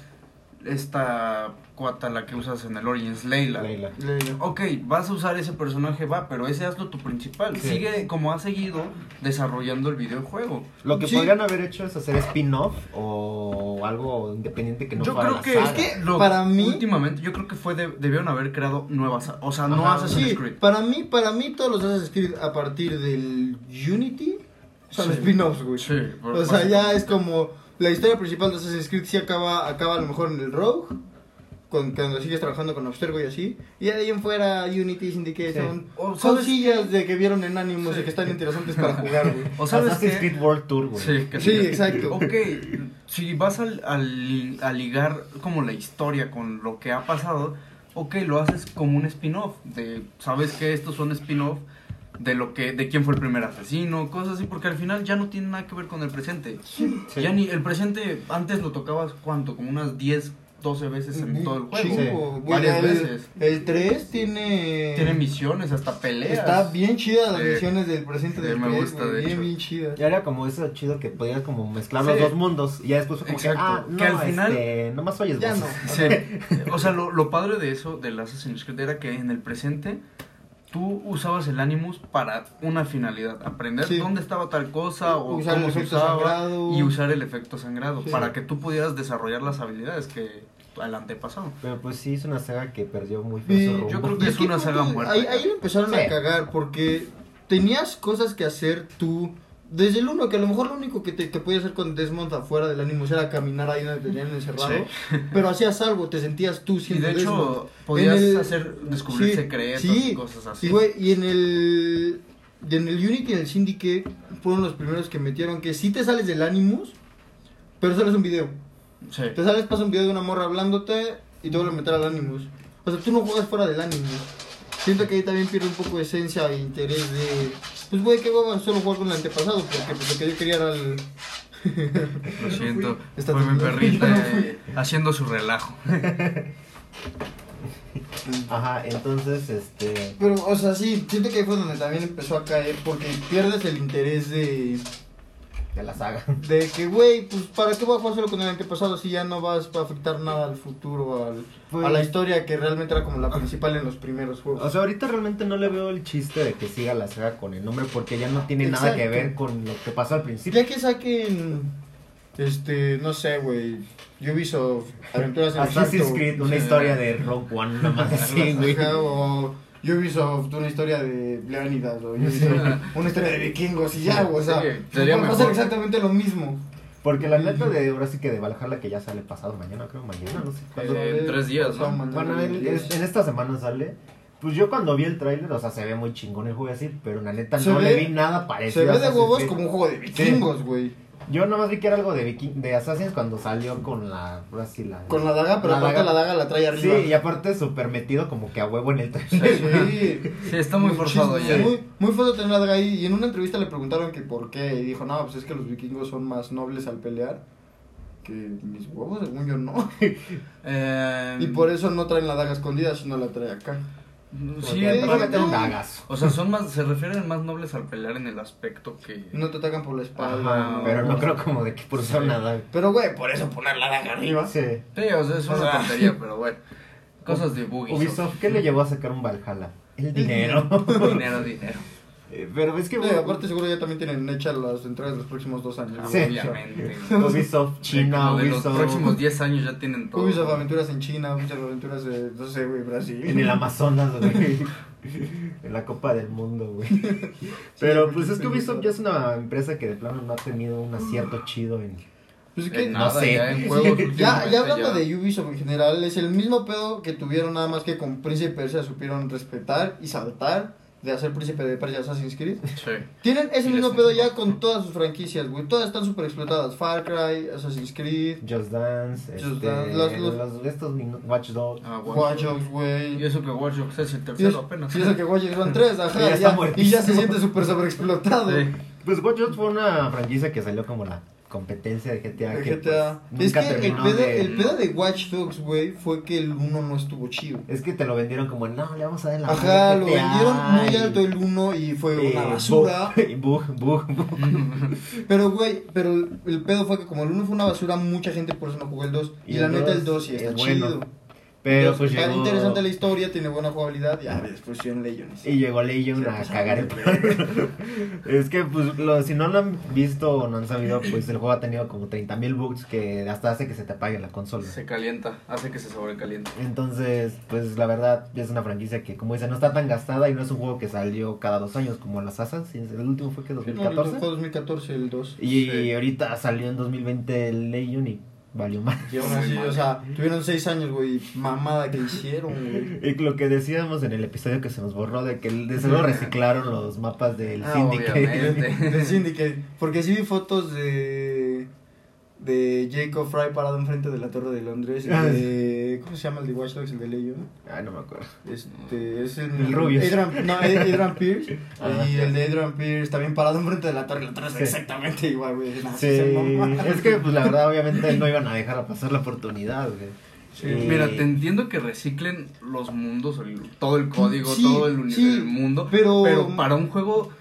Speaker 2: esta cuata la que usas en el Origins, Leila.
Speaker 1: Leila.
Speaker 3: Le-
Speaker 2: Ok, vas a usar ese personaje, va, pero ese hazlo tu principal.
Speaker 1: Sí.
Speaker 2: Sigue como ha seguido desarrollando el videojuego.
Speaker 1: Lo que
Speaker 3: Sí.
Speaker 1: podrían haber hecho es hacer spin-off o algo independiente que no
Speaker 2: yo
Speaker 1: fuera
Speaker 2: creo
Speaker 1: la
Speaker 2: que,
Speaker 1: saga.
Speaker 3: Es que
Speaker 2: lo-
Speaker 3: para mí-
Speaker 2: últimamente, yo creo que fue de- debieron haber creado nuevas, o sea, no
Speaker 1: Ajá.
Speaker 2: Assassin's
Speaker 3: Sí,
Speaker 2: Creed.
Speaker 3: para mí, para mí todos los Assassin's Creed a partir del Unity son
Speaker 2: Sí.
Speaker 3: spin-offs, güey.
Speaker 2: Sí, por-
Speaker 3: O sea,
Speaker 2: por-
Speaker 3: ya es como la historia principal de Assassin's Creed sí acaba, acaba a lo mejor en el Rogue, con, cuando sigues trabajando con Abstergo y así, y de ahí en fuera Unity, Syndicate,
Speaker 1: Sí.
Speaker 3: son
Speaker 2: O, ¿sabes
Speaker 3: cosillas de que vieron en Animus
Speaker 2: Sí.
Speaker 3: y que están interesantes para jugar, güey.
Speaker 2: O sabes
Speaker 1: Assassin's
Speaker 2: qué?
Speaker 1: Creed World Tour, güey.
Speaker 2: Sí, que
Speaker 3: Sí, exacto.
Speaker 2: Ok, si vas al, al- a ligar como la historia con lo que ha pasado, ok, lo haces como un spin-off. De, Sabes que estos son spin-off de lo que de quién fue el primer asesino, cosas así, porque al final ya no tiene nada que ver con el presente.
Speaker 1: Sí.
Speaker 2: Ya ni el presente antes lo tocabas cuánto, como unas 10, 12 veces en todo el juego.
Speaker 1: Sí.
Speaker 3: Chingo, güey,
Speaker 2: Varias
Speaker 3: el-
Speaker 2: veces.
Speaker 3: El 3 tiene...
Speaker 2: Tiene misiones, hasta peleas.
Speaker 3: Está bien chida las
Speaker 2: Sí.
Speaker 3: misiones del presente
Speaker 2: Sí,
Speaker 3: del
Speaker 2: me
Speaker 3: 3,
Speaker 2: gusta,
Speaker 3: güey,
Speaker 2: de
Speaker 3: bien,
Speaker 2: hecho.
Speaker 3: bien chida.
Speaker 1: Ya era como eso chido que podías como mezclar
Speaker 2: Sí.
Speaker 1: los dos mundos. Y ya después fue como que,
Speaker 2: Exacto.
Speaker 1: ah, no,
Speaker 2: Que al final-
Speaker 1: este, nomás oyes
Speaker 3: Ya
Speaker 1: voces.
Speaker 3: no.
Speaker 2: Sí. O sea, lo, lo padre de eso, del Assassin's Creed, era que en el presente tú usabas el Animus para una finalidad, aprender
Speaker 3: Sí.
Speaker 2: dónde estaba tal cosa o
Speaker 3: Usar el
Speaker 2: cómo se
Speaker 3: efecto
Speaker 2: usaba
Speaker 3: sangrado.
Speaker 2: y usar el efecto sangrado
Speaker 3: Sí.
Speaker 2: para que tú pudieras desarrollar las habilidades que al antepasado.
Speaker 1: Pero pues sí, es una saga que perdió muy feo
Speaker 3: Y
Speaker 1: su rumbo.
Speaker 2: yo creo que
Speaker 3: ¿Y
Speaker 2: es
Speaker 3: qué
Speaker 2: una
Speaker 3: punto?
Speaker 2: saga muerta.
Speaker 3: Ahí, ahí lo empezaron
Speaker 1: Sí.
Speaker 3: a cagar porque tenías cosas que hacer tú. Desde el uno, que a lo mejor lo único que, te, que podías hacer con Desmond afuera del ánimo era caminar ahí donde te tenían encerrado. Pero hacías algo, te sentías tú
Speaker 2: Y
Speaker 3: siendo
Speaker 2: de
Speaker 3: Desmond.
Speaker 2: hecho, podías
Speaker 3: En el-
Speaker 2: hacer descubrir
Speaker 3: Sí,
Speaker 2: secretos
Speaker 3: sí,
Speaker 2: y cosas así.
Speaker 3: Y, güey, y en el. y en el Unity y en el Syndicate fueron los primeros que metieron que si te sales del Animus, pero solo es un video.
Speaker 2: Sí.
Speaker 3: Te sales, pasa un video de una morra hablándote y te vuelve a meter al Animus. O sea, tú no juegas fuera del Animus. Siento que ahí también pierde un poco de esencia e interés de. Pues, güey, qué hueva solo jugar con el antepasado, porque pues, lo que yo quería era el.
Speaker 2: Lo siento,
Speaker 3: Está
Speaker 2: fue mi
Speaker 3: temblando.
Speaker 2: perrita
Speaker 3: Yo no
Speaker 2: eh, haciendo su relajo.
Speaker 1: Ajá, entonces, este...
Speaker 3: Pero, o sea, sí, siento que ahí fue donde también empezó a caer, porque pierdes el interés de.
Speaker 1: De la saga.
Speaker 3: De que, güey, pues, ¿para qué voy a jugar solo con el antepasado si ya no vas a afectar nada al futuro, al- a la historia que realmente era como la principal en los primeros juegos?
Speaker 1: pues, O sea, ahorita realmente no le veo el chiste de que siga la saga con el nombre porque ya no tiene nada que
Speaker 3: Exacto.
Speaker 1: ver con lo que pasó al principio.
Speaker 3: Ya que saquen, este, no sé, güey, Ubisoft, Aventuras en
Speaker 1: Assassin's
Speaker 3: Egipto,
Speaker 1: Creed, una
Speaker 2: Sí.
Speaker 1: historia de Rogue One, nada más así, güey.
Speaker 3: ajá, o Ubisoft, una historia de Leónidas, o Ubisoft, una historia de vikingos y ya, o sea,
Speaker 2: Sí, sería
Speaker 3: no va a
Speaker 2: mejor.
Speaker 3: ser exactamente lo mismo.
Speaker 1: Porque la neta de ahora sí que de Valhalla que ya sale pasado mañana, creo, mañana, no sé cuándo.
Speaker 2: Eh, en tres días, ¿no?
Speaker 3: Toma,
Speaker 1: Bueno, en, es- en esta semana sale. Pues yo cuando vi el tráiler, o sea, se ve muy chingón el juego así, pero la neta
Speaker 3: Se
Speaker 1: no le
Speaker 3: ve-
Speaker 1: vi nada parecido. a
Speaker 3: se ve de
Speaker 1: Assassin's
Speaker 3: huevos
Speaker 1: Creed.
Speaker 3: como un juego de vikingos, güey.
Speaker 1: Yo nomás vi que era algo de, Viking, de Assassin's cuando salió con la. ahora sí, la
Speaker 3: Con la daga, pero
Speaker 1: La
Speaker 3: aparte
Speaker 1: daga.
Speaker 3: la daga la trae
Speaker 1: Sí,
Speaker 3: arriba.
Speaker 1: y aparte súper metido como que a huevo en el tráiler.
Speaker 3: Sí.
Speaker 2: Sí, está muy forzado
Speaker 3: Muchísimo,
Speaker 2: ya.
Speaker 3: Muy, muy forzado tener la daga ahí. Y en una entrevista le preguntaron que por qué. Y dijo, no, pues es que los vikingos son más nobles al pelear. Que mis huevos, según yo, no.
Speaker 2: Eh,
Speaker 3: Y por eso no traen la daga escondida, sino la trae acá.
Speaker 2: Em,
Speaker 1: Porque
Speaker 2: Sí,
Speaker 3: no,
Speaker 1: van a meter un
Speaker 3: no.
Speaker 1: dagazo.
Speaker 2: O sea, son más, se refieren más nobles al pelear en el aspecto que...
Speaker 3: No te atacan por la espalda.
Speaker 2: Ajá,
Speaker 1: Pero no creo como de que por usar
Speaker 2: Sí.
Speaker 1: nada.
Speaker 3: Pero, güey, por eso poner la daga arriba.
Speaker 1: Sí.
Speaker 2: Sí, o sea, es
Speaker 3: O
Speaker 2: una
Speaker 3: sea,
Speaker 2: tontería, pero bueno. Cosas de Ubisoft.
Speaker 1: Ubisoft, ¿qué le llevó a sacar un Valhalla? El dinero.
Speaker 2: Dinero, dinero.
Speaker 1: Eh, pero es que
Speaker 3: Sí, aparte seguro ya también tienen hechas las entradas de los próximos dos años.
Speaker 1: Sí.
Speaker 2: Obviamente.
Speaker 1: Ubisoft, China,
Speaker 2: Como de los
Speaker 1: Ubisoft,
Speaker 2: próximos 10 años ya tienen todo.
Speaker 3: Ubisoft aventuras en China, Ubisoft aventuras de, no sé, güey, Brasil.
Speaker 1: en el Amazonas, güey. En la Copa del Mundo, güey. Pero pues es que Ubisoft ya es una empresa que de plano no ha tenido un acierto chido en...
Speaker 3: Pues es que-
Speaker 2: En
Speaker 1: no
Speaker 2: nada,
Speaker 1: sé.
Speaker 2: Ya, en juegos
Speaker 3: Ya,
Speaker 2: últimamente
Speaker 3: ya hablando
Speaker 2: ya.
Speaker 3: de Ubisoft en general, es el mismo pedo que tuvieron nada más que con Príncipe de Persia supieron respetar y saltar de hacer Príncipe de Persia Assassin's Creed.
Speaker 2: Sí.
Speaker 3: Tienen ese
Speaker 2: Y
Speaker 3: mismo
Speaker 2: les-
Speaker 3: pedo ya con todas sus franquicias, güey. Todas están super explotadas. Far Cry, Assassin's Creed,
Speaker 1: Just Dance,
Speaker 3: Just
Speaker 1: este,
Speaker 3: Dance, los- los-
Speaker 1: los- estos minu- Watch Dogs.
Speaker 2: Ah, Watch
Speaker 3: Watch
Speaker 2: Dogs.
Speaker 3: Dogs, güey.
Speaker 2: Y eso que Watch Dogs es el
Speaker 3: Y
Speaker 2: tercero
Speaker 3: eso,
Speaker 2: apenas.
Speaker 3: y eso que Watch Dogs van tres,
Speaker 1: Ya
Speaker 3: ajá, ya-
Speaker 1: está
Speaker 3: y ya
Speaker 1: muertísimo.
Speaker 3: se siente súper sobreexplotado.
Speaker 2: Sí.
Speaker 1: Pues Watch Dogs fue una franquicia que salió como la competencia de GTA.
Speaker 3: El
Speaker 1: que,
Speaker 3: GTA.
Speaker 1: pues,
Speaker 3: es
Speaker 1: nunca
Speaker 3: que el
Speaker 1: terminó
Speaker 3: pedo,
Speaker 1: de-
Speaker 3: el pedo de Watch Dogs, güey, fue que el 1 no estuvo chido.
Speaker 1: Es que te lo vendieron como, no, le vamos a dar en la
Speaker 3: Ajá,
Speaker 1: madre
Speaker 3: lo
Speaker 1: GTA
Speaker 3: vendieron muy
Speaker 1: y-
Speaker 3: alto el 1 y fue
Speaker 1: y
Speaker 3: una
Speaker 1: bug,
Speaker 3: basura.
Speaker 1: y Bug, bug, bug.
Speaker 3: Pero, güey, pero el el pedo fue que como el 1 fue una basura, mucha gente por eso no jugó el 2. Y,
Speaker 1: Y el
Speaker 3: la neta, el 2
Speaker 1: 2
Speaker 3: sí está
Speaker 1: es bueno.
Speaker 3: chido.
Speaker 1: Pero
Speaker 3: Está-
Speaker 1: pues
Speaker 3: está
Speaker 1: llegó.
Speaker 3: interesante la historia, tiene buena jugabilidad. Ya, después hicieron Legends.
Speaker 1: Y llegó Legion
Speaker 3: Se
Speaker 1: a
Speaker 3: pasaron
Speaker 1: cagar el
Speaker 3: de
Speaker 1: palo. Es que, pues, lo- si no lo han visto o no han sabido, pues el juego ha tenido como 30.000 bugs que hasta hace que se te apague la consola.
Speaker 2: Se calienta, hace que se sobrecaliente.
Speaker 1: Entonces, pues la verdad es una franquicia que, como dice, no está tan gastada y no es un juego que salió cada dos años como las asas. y El último fue que
Speaker 3: No, no, fue
Speaker 1: 2014.
Speaker 3: 2014 el 2.
Speaker 1: Y
Speaker 2: Sí.
Speaker 1: ahorita salió en 2020 el Legion y valió mal.
Speaker 3: Y aún
Speaker 2: Muy
Speaker 3: así,
Speaker 2: mal.
Speaker 3: o sea, tuvieron 6 años, güey. Mamada que hicieron, güey.
Speaker 1: Y lo que decíamos en el episodio que se nos borró de que de seguro reciclaron los mapas del
Speaker 3: Ah,
Speaker 1: Syndicate.
Speaker 2: obviamente.
Speaker 3: De Syndicate. Porque sí vi fotos de. De Jacob Fry parado enfrente de la Torre de Londres. y
Speaker 1: Ah.
Speaker 3: de- ¿Cómo se llama el de Watch Dogs, el de Legion?
Speaker 1: Ah, no me acuerdo.
Speaker 3: Este, es el,
Speaker 1: El rubio.
Speaker 3: Adrian, no, Ad- Adrian Pierce.
Speaker 1: Ah.
Speaker 3: y el de Adrian Pierce también parado enfrente de la torre. La torre es
Speaker 1: Sí.
Speaker 3: exactamente igual, güey. No,
Speaker 1: Sí,
Speaker 3: se mamaron.
Speaker 1: es que pues la verdad obviamente no iban a dejar a pasar la oportunidad, güey. Eh,
Speaker 3: Sí.
Speaker 1: Y-
Speaker 2: Mira, te entiendo que reciclen los mundos, el- todo el código,
Speaker 3: Eh, Sí,
Speaker 2: todo el, uni-
Speaker 3: sí,
Speaker 2: el mundo,
Speaker 3: pero-
Speaker 2: para un juego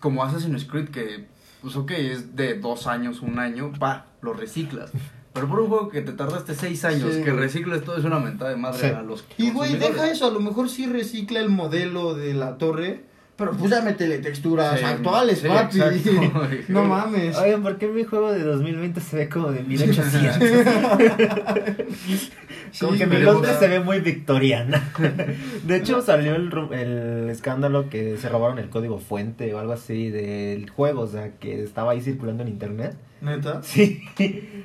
Speaker 2: como Assassin's Creed que, pues ok, es de dos años, un año, va, lo reciclas. Pero por un juego que te tardaste seis años,
Speaker 3: Sí.
Speaker 2: que recicles todo, es una mentada de madre
Speaker 1: Sí.
Speaker 2: a los
Speaker 3: Y güey,
Speaker 2: consumidores.
Speaker 3: deja eso. A lo mejor sí recicla el modelo de la torre. Pero pues ya métele texturas
Speaker 2: Sí,
Speaker 3: actuales,
Speaker 2: sí,
Speaker 3: papi.
Speaker 2: exacto, güey.
Speaker 3: no mames.
Speaker 1: Oigan, ¿por qué mi juego de 2020 se ve como de 1800?
Speaker 3: Sí,
Speaker 1: Como que mi
Speaker 3: güey,
Speaker 2: Veremos.
Speaker 1: Londres
Speaker 3: o sea,
Speaker 1: se ve muy victoriana. De hecho, salió el, ru- el escándalo que se robaron el código fuente o algo así del juego, o sea, que estaba ahí circulando en internet.
Speaker 3: Neta.
Speaker 1: Sí.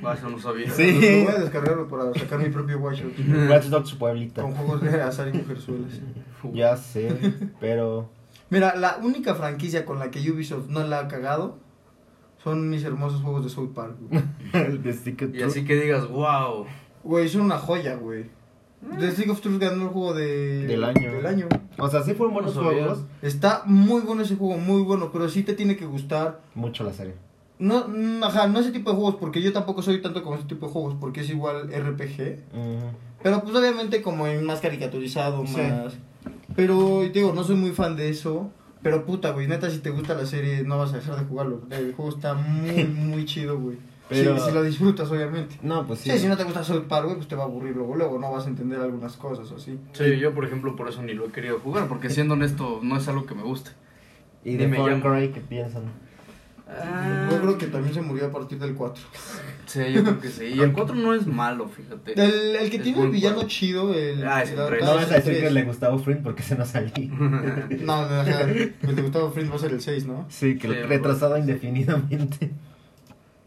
Speaker 2: Ah, eso no sabía.
Speaker 1: Sí.
Speaker 3: Lo voy a descargarlo para sacar mi propio Watch Dogs.
Speaker 1: Watch Dogs Pueblita.
Speaker 3: Con juegos de azar y mujerzuelas.
Speaker 2: Uf.
Speaker 1: Ya sé, pero.
Speaker 3: Mira, la única franquicia con la que Ubisoft no la ha cagado son mis hermosos juegos de South Park. güey.
Speaker 1: El de Secret
Speaker 2: Y así que digas, wow.
Speaker 3: Güey, son una joya, güey. The Stick of Truth ganó el juego de...
Speaker 1: Del año.
Speaker 3: del año.
Speaker 1: Tour. O sea, sí fueron buenos
Speaker 2: No sabía.
Speaker 1: juegos.
Speaker 3: Está muy bueno ese juego, muy bueno, pero sí te tiene que gustar.
Speaker 1: Mucho la serie.
Speaker 3: No, mm, ajá, no ese tipo de juegos, porque yo tampoco soy tanto como ese tipo de juegos, porque es igual RPG.
Speaker 1: Ujú.
Speaker 3: Pero pues obviamente como en más caricaturizado,
Speaker 1: Sí.
Speaker 3: más... Pero, digo, no soy muy fan de eso. Pero puta, güey, neta, si te gusta la serie, no vas a dejar de jugarlo. El juego está muy, muy chido, güey.
Speaker 1: Pero-
Speaker 3: Sí, si lo disfrutas, obviamente.
Speaker 1: No, pues
Speaker 3: Sí,
Speaker 1: sí.
Speaker 3: si no te gusta South Park, güey, pues te va a aburrir luego, luego no vas a entender algunas cosas o así.
Speaker 2: Sí, yo por ejemplo por eso ni lo he querido jugar, porque siendo honesto no es algo que me guste.
Speaker 1: Y de
Speaker 2: Dime,
Speaker 1: Far
Speaker 2: ya.
Speaker 1: Cry, ¿qué piensan?
Speaker 3: Yo creo que también se murió a partir del 4.
Speaker 2: Sí, yo creo que sí. Y el 4 no es malo, fíjate.
Speaker 3: El, el que
Speaker 2: Es
Speaker 3: tiene
Speaker 2: buen
Speaker 3: el villano
Speaker 2: juego.
Speaker 3: chido, el...
Speaker 2: Ah, es el
Speaker 3: la-
Speaker 2: tres.
Speaker 3: la-
Speaker 1: No vas a decir
Speaker 3: tres.
Speaker 1: que le gustaba Friend porque se nos salí.
Speaker 3: No, no, ajá, el de Gustavo Fring va a ser el 6, ¿no?
Speaker 1: Sí, que
Speaker 2: Sí,
Speaker 1: lo- retrasado indefinidamente.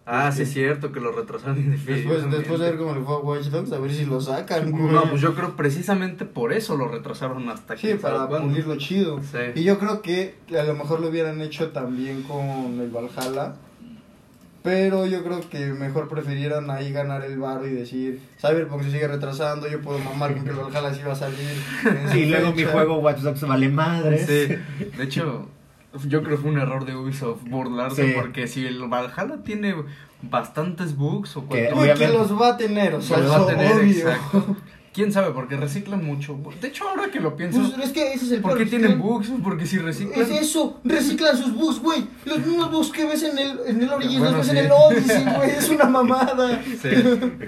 Speaker 2: ah, sí es cierto que lo retrasaron
Speaker 3: Después,
Speaker 2: indefinidamente.
Speaker 3: Este, después de ver cómo le fue a Watch Dogs, a ver si lo sacan, güey.
Speaker 2: No, pues yo creo precisamente por eso lo retrasaron hasta aquí.
Speaker 3: Sí, para
Speaker 2: punirlo.
Speaker 3: pulirlo chido.
Speaker 2: Sí.
Speaker 3: Y yo creo que a lo mejor lo hubieran hecho también con el Valhalla. Pero yo creo que mejor prefirieran ahí ganar el barro y decir, Cyberpunk se sigue retrasando, yo puedo mamar con que el Valhalla sí va a salir. en su
Speaker 1: Y luego mi
Speaker 3: fecha".
Speaker 1: juego Watch Dogs vale madres.
Speaker 2: Sí, de hecho, yo creo que fue un error de Ubisoft burlarse,
Speaker 1: Sí.
Speaker 2: porque si el Valhalla tiene bastantes bugs o
Speaker 1: Que-
Speaker 3: Güey,
Speaker 2: cualquier...
Speaker 1: Obviamente.
Speaker 3: que los va a tener, o sea,
Speaker 2: Los va a
Speaker 3: eso
Speaker 2: tener,
Speaker 3: obvio.
Speaker 2: exacto. ¿Quién sabe? Porque reciclan mucho. De hecho, ahora que lo pienso,
Speaker 3: Pues, es que ese es el
Speaker 2: ¿por qué
Speaker 3: peor,
Speaker 2: tienen
Speaker 3: reciclan-
Speaker 2: bugs? Porque si reciclan...
Speaker 3: Es eso, reciclan sus bugs, güey. Los mismos bugs que ves en el, en el Origins
Speaker 2: Bueno,
Speaker 3: los ves
Speaker 2: sí.
Speaker 3: en el Odyssey, güey. Es una mamada.
Speaker 2: Sí.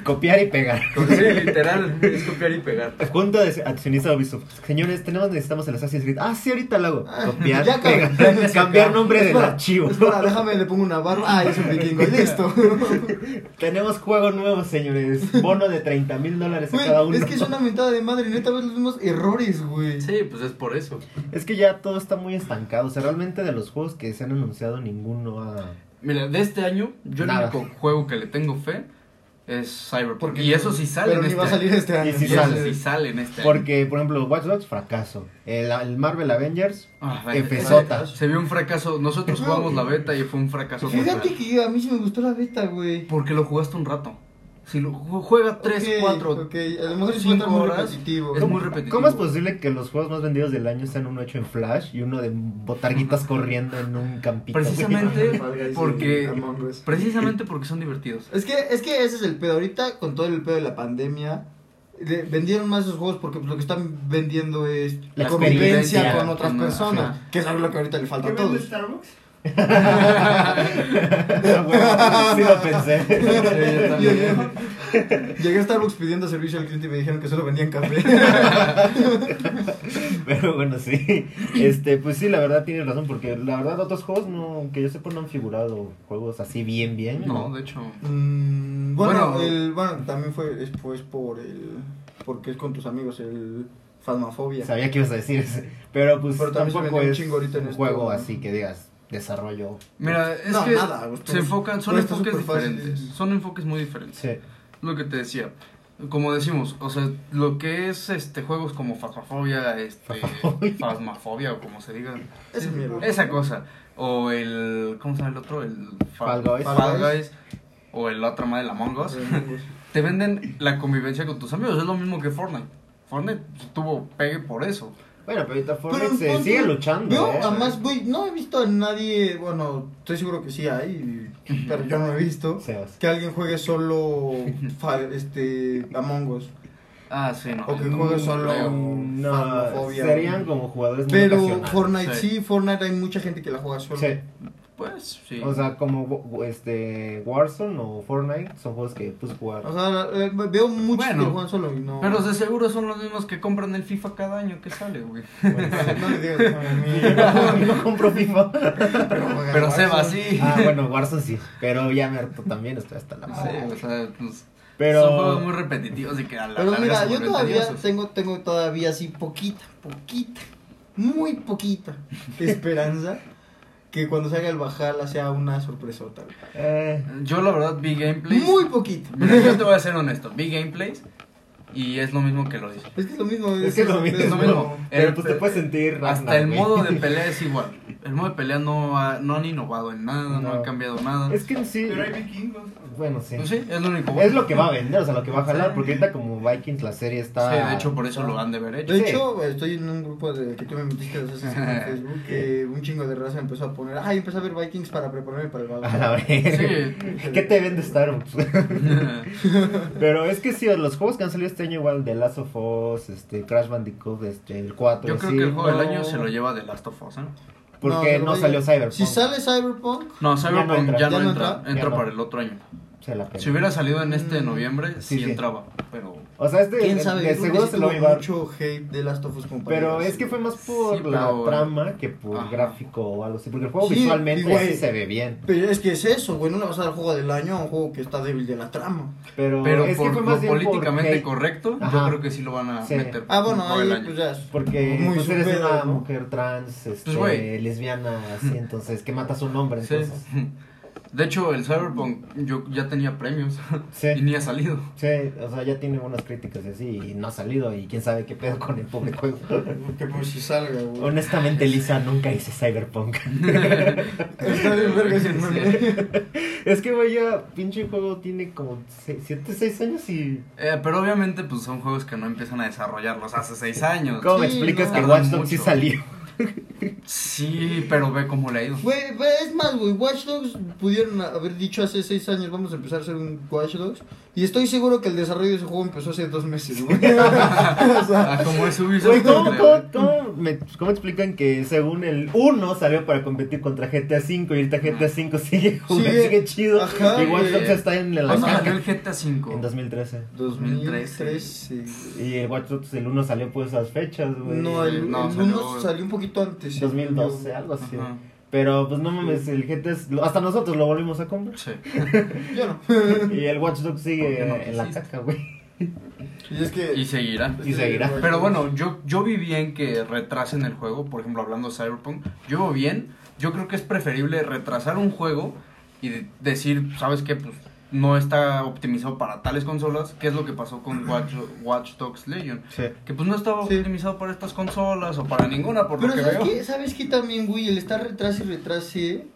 Speaker 1: Copiar y pegar.
Speaker 2: pues, Sí, literal, es copiar y pegar.
Speaker 1: Junta de accionista de Ubisoft. Señores, tenemos, necesitamos el Assassin's Creed. Ah, sí, ahorita lo hago. Copiar,
Speaker 3: Ya
Speaker 1: pegar,
Speaker 3: cambia-
Speaker 1: cambiar nombre del
Speaker 3: Espera,
Speaker 1: archivo.
Speaker 3: Espera, déjame, le pongo una barba. Ah, es un vikingo, listo.
Speaker 1: Tenemos juego nuevo, señores. Bono de 30 mil dólares a
Speaker 3: Güey,
Speaker 1: cada uno.
Speaker 3: es que es una mentada de madre. Neta, ves los mismos errores, güey.
Speaker 2: Sí, pues es por eso.
Speaker 1: Es que ya todo está muy estancado. O sea, realmente de los juegos que se han anunciado, ninguno ha.
Speaker 2: Mira, de este año, yo
Speaker 1: Nada.
Speaker 2: el único juego que le tengo fe es Cyberpunk.
Speaker 3: Porque
Speaker 2: y eso sí sale
Speaker 3: Pero
Speaker 2: en
Speaker 3: ni
Speaker 2: este
Speaker 3: va a
Speaker 2: año.
Speaker 3: salir este año.
Speaker 1: Y si
Speaker 2: Y
Speaker 1: Sí
Speaker 2: eso
Speaker 1: sale.
Speaker 2: sí sale en este año.
Speaker 1: Porque, por ejemplo, Watch Dogs, fracaso. El, el Marvel Avengers,
Speaker 2: Ah, vaya,
Speaker 1: empezota.
Speaker 2: Se vio un fracaso. Nosotros jugamos la beta y fue un fracaso.
Speaker 3: Fíjate
Speaker 2: total.
Speaker 3: que a mí sí me gustó la beta, güey.
Speaker 2: Porque lo jugaste un rato. Si lo ju- juega 3,
Speaker 3: Ok,
Speaker 2: 4,
Speaker 3: ok, a lo mejor sí
Speaker 2: cinco
Speaker 3: fue muy
Speaker 2: horas.
Speaker 3: repetitivo.
Speaker 2: Es muy repetitivo.
Speaker 1: ¿Cómo es posible que los juegos más vendidos del año sean uno hecho en Flash y uno de botarguitas corriendo en un campito? güey?
Speaker 2: Precisamente
Speaker 3: Fall Guys y
Speaker 2: porque.
Speaker 3: Among Us.
Speaker 2: Precisamente porque son divertidos.
Speaker 3: Es que, es que ese es el pedo. Ahorita, con todo el pedo de la pandemia, le- vendieron más esos juegos porque pues, lo que están vendiendo es
Speaker 1: La
Speaker 3: la convivencia
Speaker 1: experiencia.
Speaker 3: con otras
Speaker 2: Ajá.
Speaker 3: personas. Que es algo que ahorita le falta a todos.
Speaker 4: Starbucks?
Speaker 1: Ah, bueno, sí lo pensé.
Speaker 3: Llegué, llegué a Starbucks pidiendo servicio al cliente y me dijeron que solo vendían café.
Speaker 1: Pero bueno, sí. Este, pues sí, la verdad tienes razón, porque la verdad otros juegos no, que yo sepa no han figurado juegos así bien, bien.
Speaker 2: No, de hecho.
Speaker 3: Mm, bueno,
Speaker 2: Bueno.
Speaker 3: el, bueno, también fue después por el. Porque es con tus amigos, el Fasmafobia.
Speaker 1: Sabía que ibas a decir eso. Pero pues
Speaker 3: Pero también se
Speaker 1: tampoco
Speaker 3: vendió un
Speaker 1: es
Speaker 3: chingo ahorita en
Speaker 1: un
Speaker 3: esto,
Speaker 1: juego
Speaker 3: ¿no?
Speaker 1: así que digas desarrollo.
Speaker 2: Mira, es
Speaker 3: No,
Speaker 2: que
Speaker 3: nada, güey,
Speaker 2: se enfocan, son
Speaker 3: todo está
Speaker 2: enfoques
Speaker 3: superfácil.
Speaker 2: diferentes. Son enfoques muy diferentes.
Speaker 1: Sí.
Speaker 2: Lo que te decía. Como decimos, o sea, lo que es este juegos como Fasmafobia, este Fasmafobia o como se diga,
Speaker 3: Esa mierda.
Speaker 2: esa cosa o el ¿cómo se llama el otro? El
Speaker 1: Fall Guys.
Speaker 3: Fall
Speaker 2: Fall Guys, o el otro más de la Among Us. Te venden la convivencia con tus amigos, es lo mismo que Fortnite. Fortnite tuvo pegue por eso.
Speaker 1: Bueno, pero ahorita Fortnite
Speaker 3: Pero
Speaker 1: se
Speaker 3: entonces,
Speaker 1: sigue luchando.
Speaker 3: Yo
Speaker 1: ¿eh?
Speaker 3: jamás, güey, no he visto a nadie, bueno, estoy seguro que sí hay, pero yo no he visto
Speaker 1: Sebas.
Speaker 3: que alguien juegue solo fa- este Among Us.
Speaker 2: Ah, sí, no.
Speaker 3: O que
Speaker 2: no
Speaker 3: juegues solo.
Speaker 2: creo.
Speaker 1: No,
Speaker 3: Fasmofobia,
Speaker 1: serían
Speaker 3: güey.
Speaker 1: como jugadores muy
Speaker 3: Pero
Speaker 1: ocasionales.
Speaker 3: Fortnite
Speaker 2: Sí.
Speaker 3: sí. Fortnite hay mucha gente que la juega solo.
Speaker 1: Sí.
Speaker 2: Pues sí.
Speaker 1: O sea, como wo- este Warzone o Fortnite son juegos que puedes jugar.
Speaker 3: O sea, eh, veo muchos
Speaker 2: Bueno,
Speaker 3: que juegan solo y no.
Speaker 2: pero de seguro son los mismos que compran el FIFA cada año que sale, güey.
Speaker 1: Bueno,
Speaker 3: no le digas eso a mí.
Speaker 1: no compro FIFA.
Speaker 3: Pero, juega
Speaker 2: Pero se va
Speaker 3: Warzone.
Speaker 2: así.
Speaker 1: Ah, bueno, Warzone sí. Pero ya me harto también, estoy hasta la
Speaker 2: Sí,
Speaker 1: madre.
Speaker 2: o sea, pues, son juegos muy
Speaker 1: Pero.
Speaker 2: repetitivos y que a la
Speaker 3: Pero
Speaker 2: larga
Speaker 3: mira,
Speaker 2: se
Speaker 3: yo
Speaker 2: vuelven
Speaker 3: todavía
Speaker 2: tediosos.
Speaker 3: tengo, tengo todavía así poquita, poquita, muy poquita esperanza que cuando salga el Bajala sea una sorpresota. güey.
Speaker 1: eh,
Speaker 2: Yo la verdad vi gameplays.
Speaker 3: Muy poquita.
Speaker 2: Mira, yo te voy a ser honesto, vi gameplays y es lo mismo que lo dice.
Speaker 3: Es que es lo mismo.
Speaker 1: es que es lo mismo.
Speaker 2: es lo mismo.
Speaker 1: Pero
Speaker 2: El-
Speaker 1: pues te puedes sentir.
Speaker 2: Hasta
Speaker 1: Ragnar,
Speaker 2: el
Speaker 1: güey.
Speaker 2: modo de pelea es igual. El modo de pelea no, ha- no han innovado en nada, no,
Speaker 1: No.
Speaker 2: han cambiado nada.
Speaker 1: Es que en sí.
Speaker 4: Pero hay vikingos.
Speaker 1: Bueno, sí.
Speaker 2: Pues sí, es lo único bueno.
Speaker 1: Es lo que va a vender, o sea, lo que va a jalar.
Speaker 2: Sí.
Speaker 1: Porque ahorita, como Vikings, la serie está.
Speaker 2: Sí, de hecho por eso lo han de ver hecho.
Speaker 3: De hecho, estoy en un grupo de que tú me metiste los haces en Facebook que un chingo de raza empezó a poner, ay, empecé a ver Vikings para prepararme para el
Speaker 1: A la
Speaker 3: Bajala.
Speaker 1: vez.
Speaker 2: Sí.
Speaker 1: ¿Qué te vende Starbucks? Pero es que sí, los juegos que han salido este año, igual de Last of Us, este, Crash Bandicoot, este, el 4.
Speaker 2: Yo creo
Speaker 1: sí,
Speaker 2: que el juego del
Speaker 1: no,
Speaker 2: año se lo lleva The Last of Us, ¿eh?
Speaker 1: Porque
Speaker 3: pero
Speaker 1: no,
Speaker 3: vaya,
Speaker 1: salió Cyberpunk.
Speaker 3: Si sale Cyberpunk,
Speaker 2: No,
Speaker 1: Ya no
Speaker 2: Cyberpunk
Speaker 1: entra.
Speaker 2: ya no
Speaker 3: ¿Ya no
Speaker 2: entra,
Speaker 3: entra?
Speaker 2: entra
Speaker 1: Ya no.
Speaker 2: para el otro año.
Speaker 1: Se la pena.
Speaker 2: Si hubiera salido en este
Speaker 3: Mm.
Speaker 2: noviembre,
Speaker 1: Sí,
Speaker 2: sí,
Speaker 1: sí.
Speaker 2: entraba, pero...
Speaker 1: O sea, este
Speaker 3: quién
Speaker 1: de-
Speaker 3: sabe,
Speaker 1: de
Speaker 3: yo creo que
Speaker 1: seguro
Speaker 3: sí
Speaker 1: se lo va a
Speaker 3: tuvo
Speaker 1: llevar.
Speaker 3: mucho hate de Last of Us como para
Speaker 1: Pero
Speaker 3: llevarse,
Speaker 1: es que fue
Speaker 3: güey.
Speaker 1: más por
Speaker 2: Sí,
Speaker 1: la
Speaker 2: pero-
Speaker 1: trama que por
Speaker 2: Ajá.
Speaker 1: gráfico o algo así. Porque el juego
Speaker 3: Sí,
Speaker 1: visualmente
Speaker 3: igual.
Speaker 1: sí se ve bien.
Speaker 3: Pero es que es eso, güey, no le vas a dar juego del año a un juego que está débil de la trama.
Speaker 1: Pero,
Speaker 2: Pero
Speaker 1: es
Speaker 2: por
Speaker 1: que fue
Speaker 2: lo
Speaker 1: más bien por
Speaker 2: políticamente
Speaker 1: hate,
Speaker 2: correcto, yo
Speaker 1: Ajá.
Speaker 2: creo que sí lo van a
Speaker 1: Sí.
Speaker 2: meter.
Speaker 3: Ah, bueno,
Speaker 2: por el
Speaker 3: ahí
Speaker 2: año.
Speaker 3: pues ya es
Speaker 1: Porque
Speaker 3: muy
Speaker 1: pues, eres
Speaker 3: supero,
Speaker 1: una
Speaker 3: ¿no?
Speaker 1: mujer trans, este,
Speaker 2: Pues, güey.
Speaker 1: lesbiana, así, entonces, que matas a un hombre,
Speaker 2: Sí.
Speaker 1: entonces.
Speaker 2: De hecho, el Cyberpunk yo ya tenía premios
Speaker 1: Sí.
Speaker 2: y ni ha salido.
Speaker 1: Sí, o sea, ya tiene buenas críticas y así, y no ha salido, y quién sabe qué pedo con el pobre juego.
Speaker 3: que por si salga, güey.
Speaker 1: Honestamente, Lisa, nunca hice Cyberpunk.
Speaker 3: Está bien verga ese meme.
Speaker 1: es que, güey, ya pinche juego tiene como 7, 6 años y...
Speaker 2: Eh, pero obviamente pues son juegos que no empiezan a desarrollarlos hace seis años.
Speaker 1: ¿Cómo me
Speaker 3: Sí,
Speaker 1: explicas
Speaker 3: no.
Speaker 1: que
Speaker 2: Tardan
Speaker 1: Watch Dogs sí
Speaker 2: mucho.
Speaker 1: salió?
Speaker 2: Sí, pero ve cómo le ha ido.
Speaker 3: Güey, güey, es más, güey, Watch Dogs pudieron haber dicho hace seis años, vamos a empezar a hacer un Watch Dogs. Y estoy seguro que el desarrollo de ese juego empezó hace dos meses, güey. O sea,
Speaker 2: Ah, como es Ubisoft.
Speaker 1: Güey, ¿cómo,
Speaker 2: güey.
Speaker 1: cómo, cómo me, cómo explican que según el 1 salió para competir contra GTA V y ahorita GTA V sigue jugando,
Speaker 3: Sigue.
Speaker 1: sigue, chido?
Speaker 3: Ajá,
Speaker 1: y Watch Dogs
Speaker 2: güey. Ah,
Speaker 1: está en la
Speaker 2: ¿Cuándo
Speaker 1: caca
Speaker 2: salió el GTA
Speaker 1: en
Speaker 2: V?
Speaker 1: 2013.
Speaker 3: 2013.
Speaker 1: Y el Watch Dogs el 1 salió por esas fechas, güey.
Speaker 3: No, el,
Speaker 2: No,
Speaker 3: el
Speaker 2: salió-
Speaker 3: uno salió un poquito antes.
Speaker 1: 2012, algo así.
Speaker 2: Ajá,
Speaker 1: Pero pues no mames, el GTA es- lo- hasta nosotros lo volvimos a comprar.
Speaker 2: Sí.
Speaker 3: Yo no.
Speaker 1: Y el Watch Dogs
Speaker 2: ¿Por
Speaker 1: sigue
Speaker 2: qué no
Speaker 1: en la
Speaker 2: quisiste?
Speaker 1: caca, güey.
Speaker 3: Y es que...
Speaker 2: Y seguirá.
Speaker 1: y seguirá.
Speaker 2: Pero bueno, yo, yo vi bien que retrasen el juego, por ejemplo, hablando de Cyberpunk, yo veo bien, yo creo que es preferible retrasar un juego y de- decir, ¿sabes qué? Pues no está optimizado para tales consolas, que es lo que pasó con Watch, Watch Dogs Legion,
Speaker 1: Sí.
Speaker 2: que pues no estaba
Speaker 3: Sí.
Speaker 2: optimizado para estas consolas o para ninguna, por
Speaker 3: Pero
Speaker 2: lo que
Speaker 3: ¿sabes
Speaker 2: veo.
Speaker 3: qué? ¿Sabes qué también, güey? El estar retrase y retrase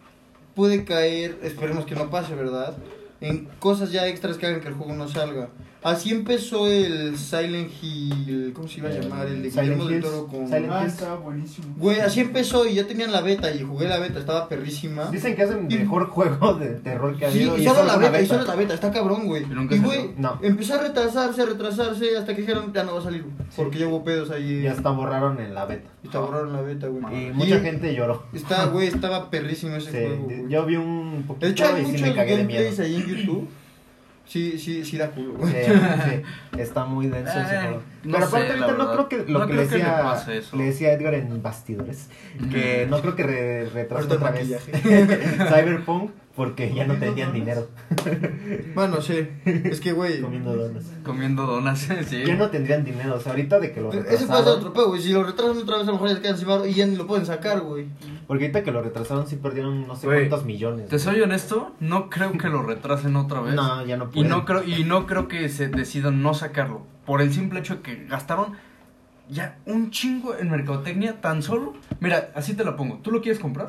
Speaker 3: puede caer, esperemos que no pase, ¿verdad? En cosas ya extras que hagan que el juego no salga. Así empezó el Silent Hill, ¿cómo se iba a
Speaker 1: El
Speaker 3: llamar? El de
Speaker 1: Eh, Silent
Speaker 3: Guillermo del
Speaker 1: Hills.
Speaker 3: Toro con...
Speaker 1: Silent
Speaker 4: Ah, estaba buenísimo.
Speaker 3: Güey, así empezó y ya tenían la beta y jugué la beta, estaba perrísima.
Speaker 1: Ah. Dicen que es el
Speaker 3: Y-
Speaker 1: mejor juego de terror que ha
Speaker 3: Sí,
Speaker 1: habido.
Speaker 3: y
Speaker 1: es
Speaker 3: solo la
Speaker 1: una
Speaker 3: beta, y solo la beta, está cabrón, güey.
Speaker 2: Y nunca
Speaker 3: Y
Speaker 2: salió.
Speaker 3: güey,
Speaker 1: No.
Speaker 3: empezó a retrasarse, a retrasarse, hasta que dijeron, ya no va a salir, güey, porque ya hubo pedos ahí.
Speaker 1: Y hasta borraron en la beta.
Speaker 3: Y te borraron la beta, güey.
Speaker 1: Y Ah, mucha gente lloró.
Speaker 3: Está, güey, estaba perrísimo ese
Speaker 1: Sí,
Speaker 3: juego, güey.
Speaker 1: yo vi un
Speaker 3: De
Speaker 1: poquito
Speaker 3: hecho, hay
Speaker 1: y sí
Speaker 3: muchos
Speaker 1: me cagué de miedo.
Speaker 3: gameplays ahí en YouTube. Sí, sí, sí da culo, güey.
Speaker 1: Sí, Eh, sí, está muy denso ese
Speaker 2: Ay,
Speaker 1: juego.
Speaker 2: Eh, no
Speaker 1: Pero aparte
Speaker 2: sé,
Speaker 1: ahorita
Speaker 2: la
Speaker 1: no
Speaker 2: verdad.
Speaker 1: creo que lo
Speaker 2: No
Speaker 1: que,
Speaker 2: creo
Speaker 1: le,
Speaker 2: que le
Speaker 1: decía,
Speaker 2: pase eso. Mm.
Speaker 1: le decía Edgar en bastidores, que no creo que re- retrase
Speaker 3: Ahorita
Speaker 1: otra
Speaker 3: el
Speaker 1: vez Cyberpunk porque ya no tenían dinero
Speaker 3: Bueno, sí. Es que, güey.
Speaker 1: comiendo donas.
Speaker 2: Comiendo donas, sí.
Speaker 1: Ya no tendrían dinero, o sea, ahorita de que lo
Speaker 3: Ese puede ser
Speaker 1: retrasaron,
Speaker 3: otro pedo, güey. Si lo retrasan otra vez, a lo mejor ya se quedan sin varo y ya ni lo pueden sacar, güey.
Speaker 1: porque ahorita que lo retrasaron sí perdieron no sé
Speaker 2: Güey,
Speaker 1: cuántos millones.
Speaker 2: Te
Speaker 1: güey.
Speaker 2: soy honesto, no creo que lo retrasen otra vez.
Speaker 1: No, ya no
Speaker 2: Y
Speaker 1: pueden.
Speaker 2: no, creo, y no creo que se decidan no sacarlo. Por el simple hecho de que gastaron ya un chingo en mercadotecnia tan solo. Mira, así te la pongo. ¿Tú lo quieres comprar?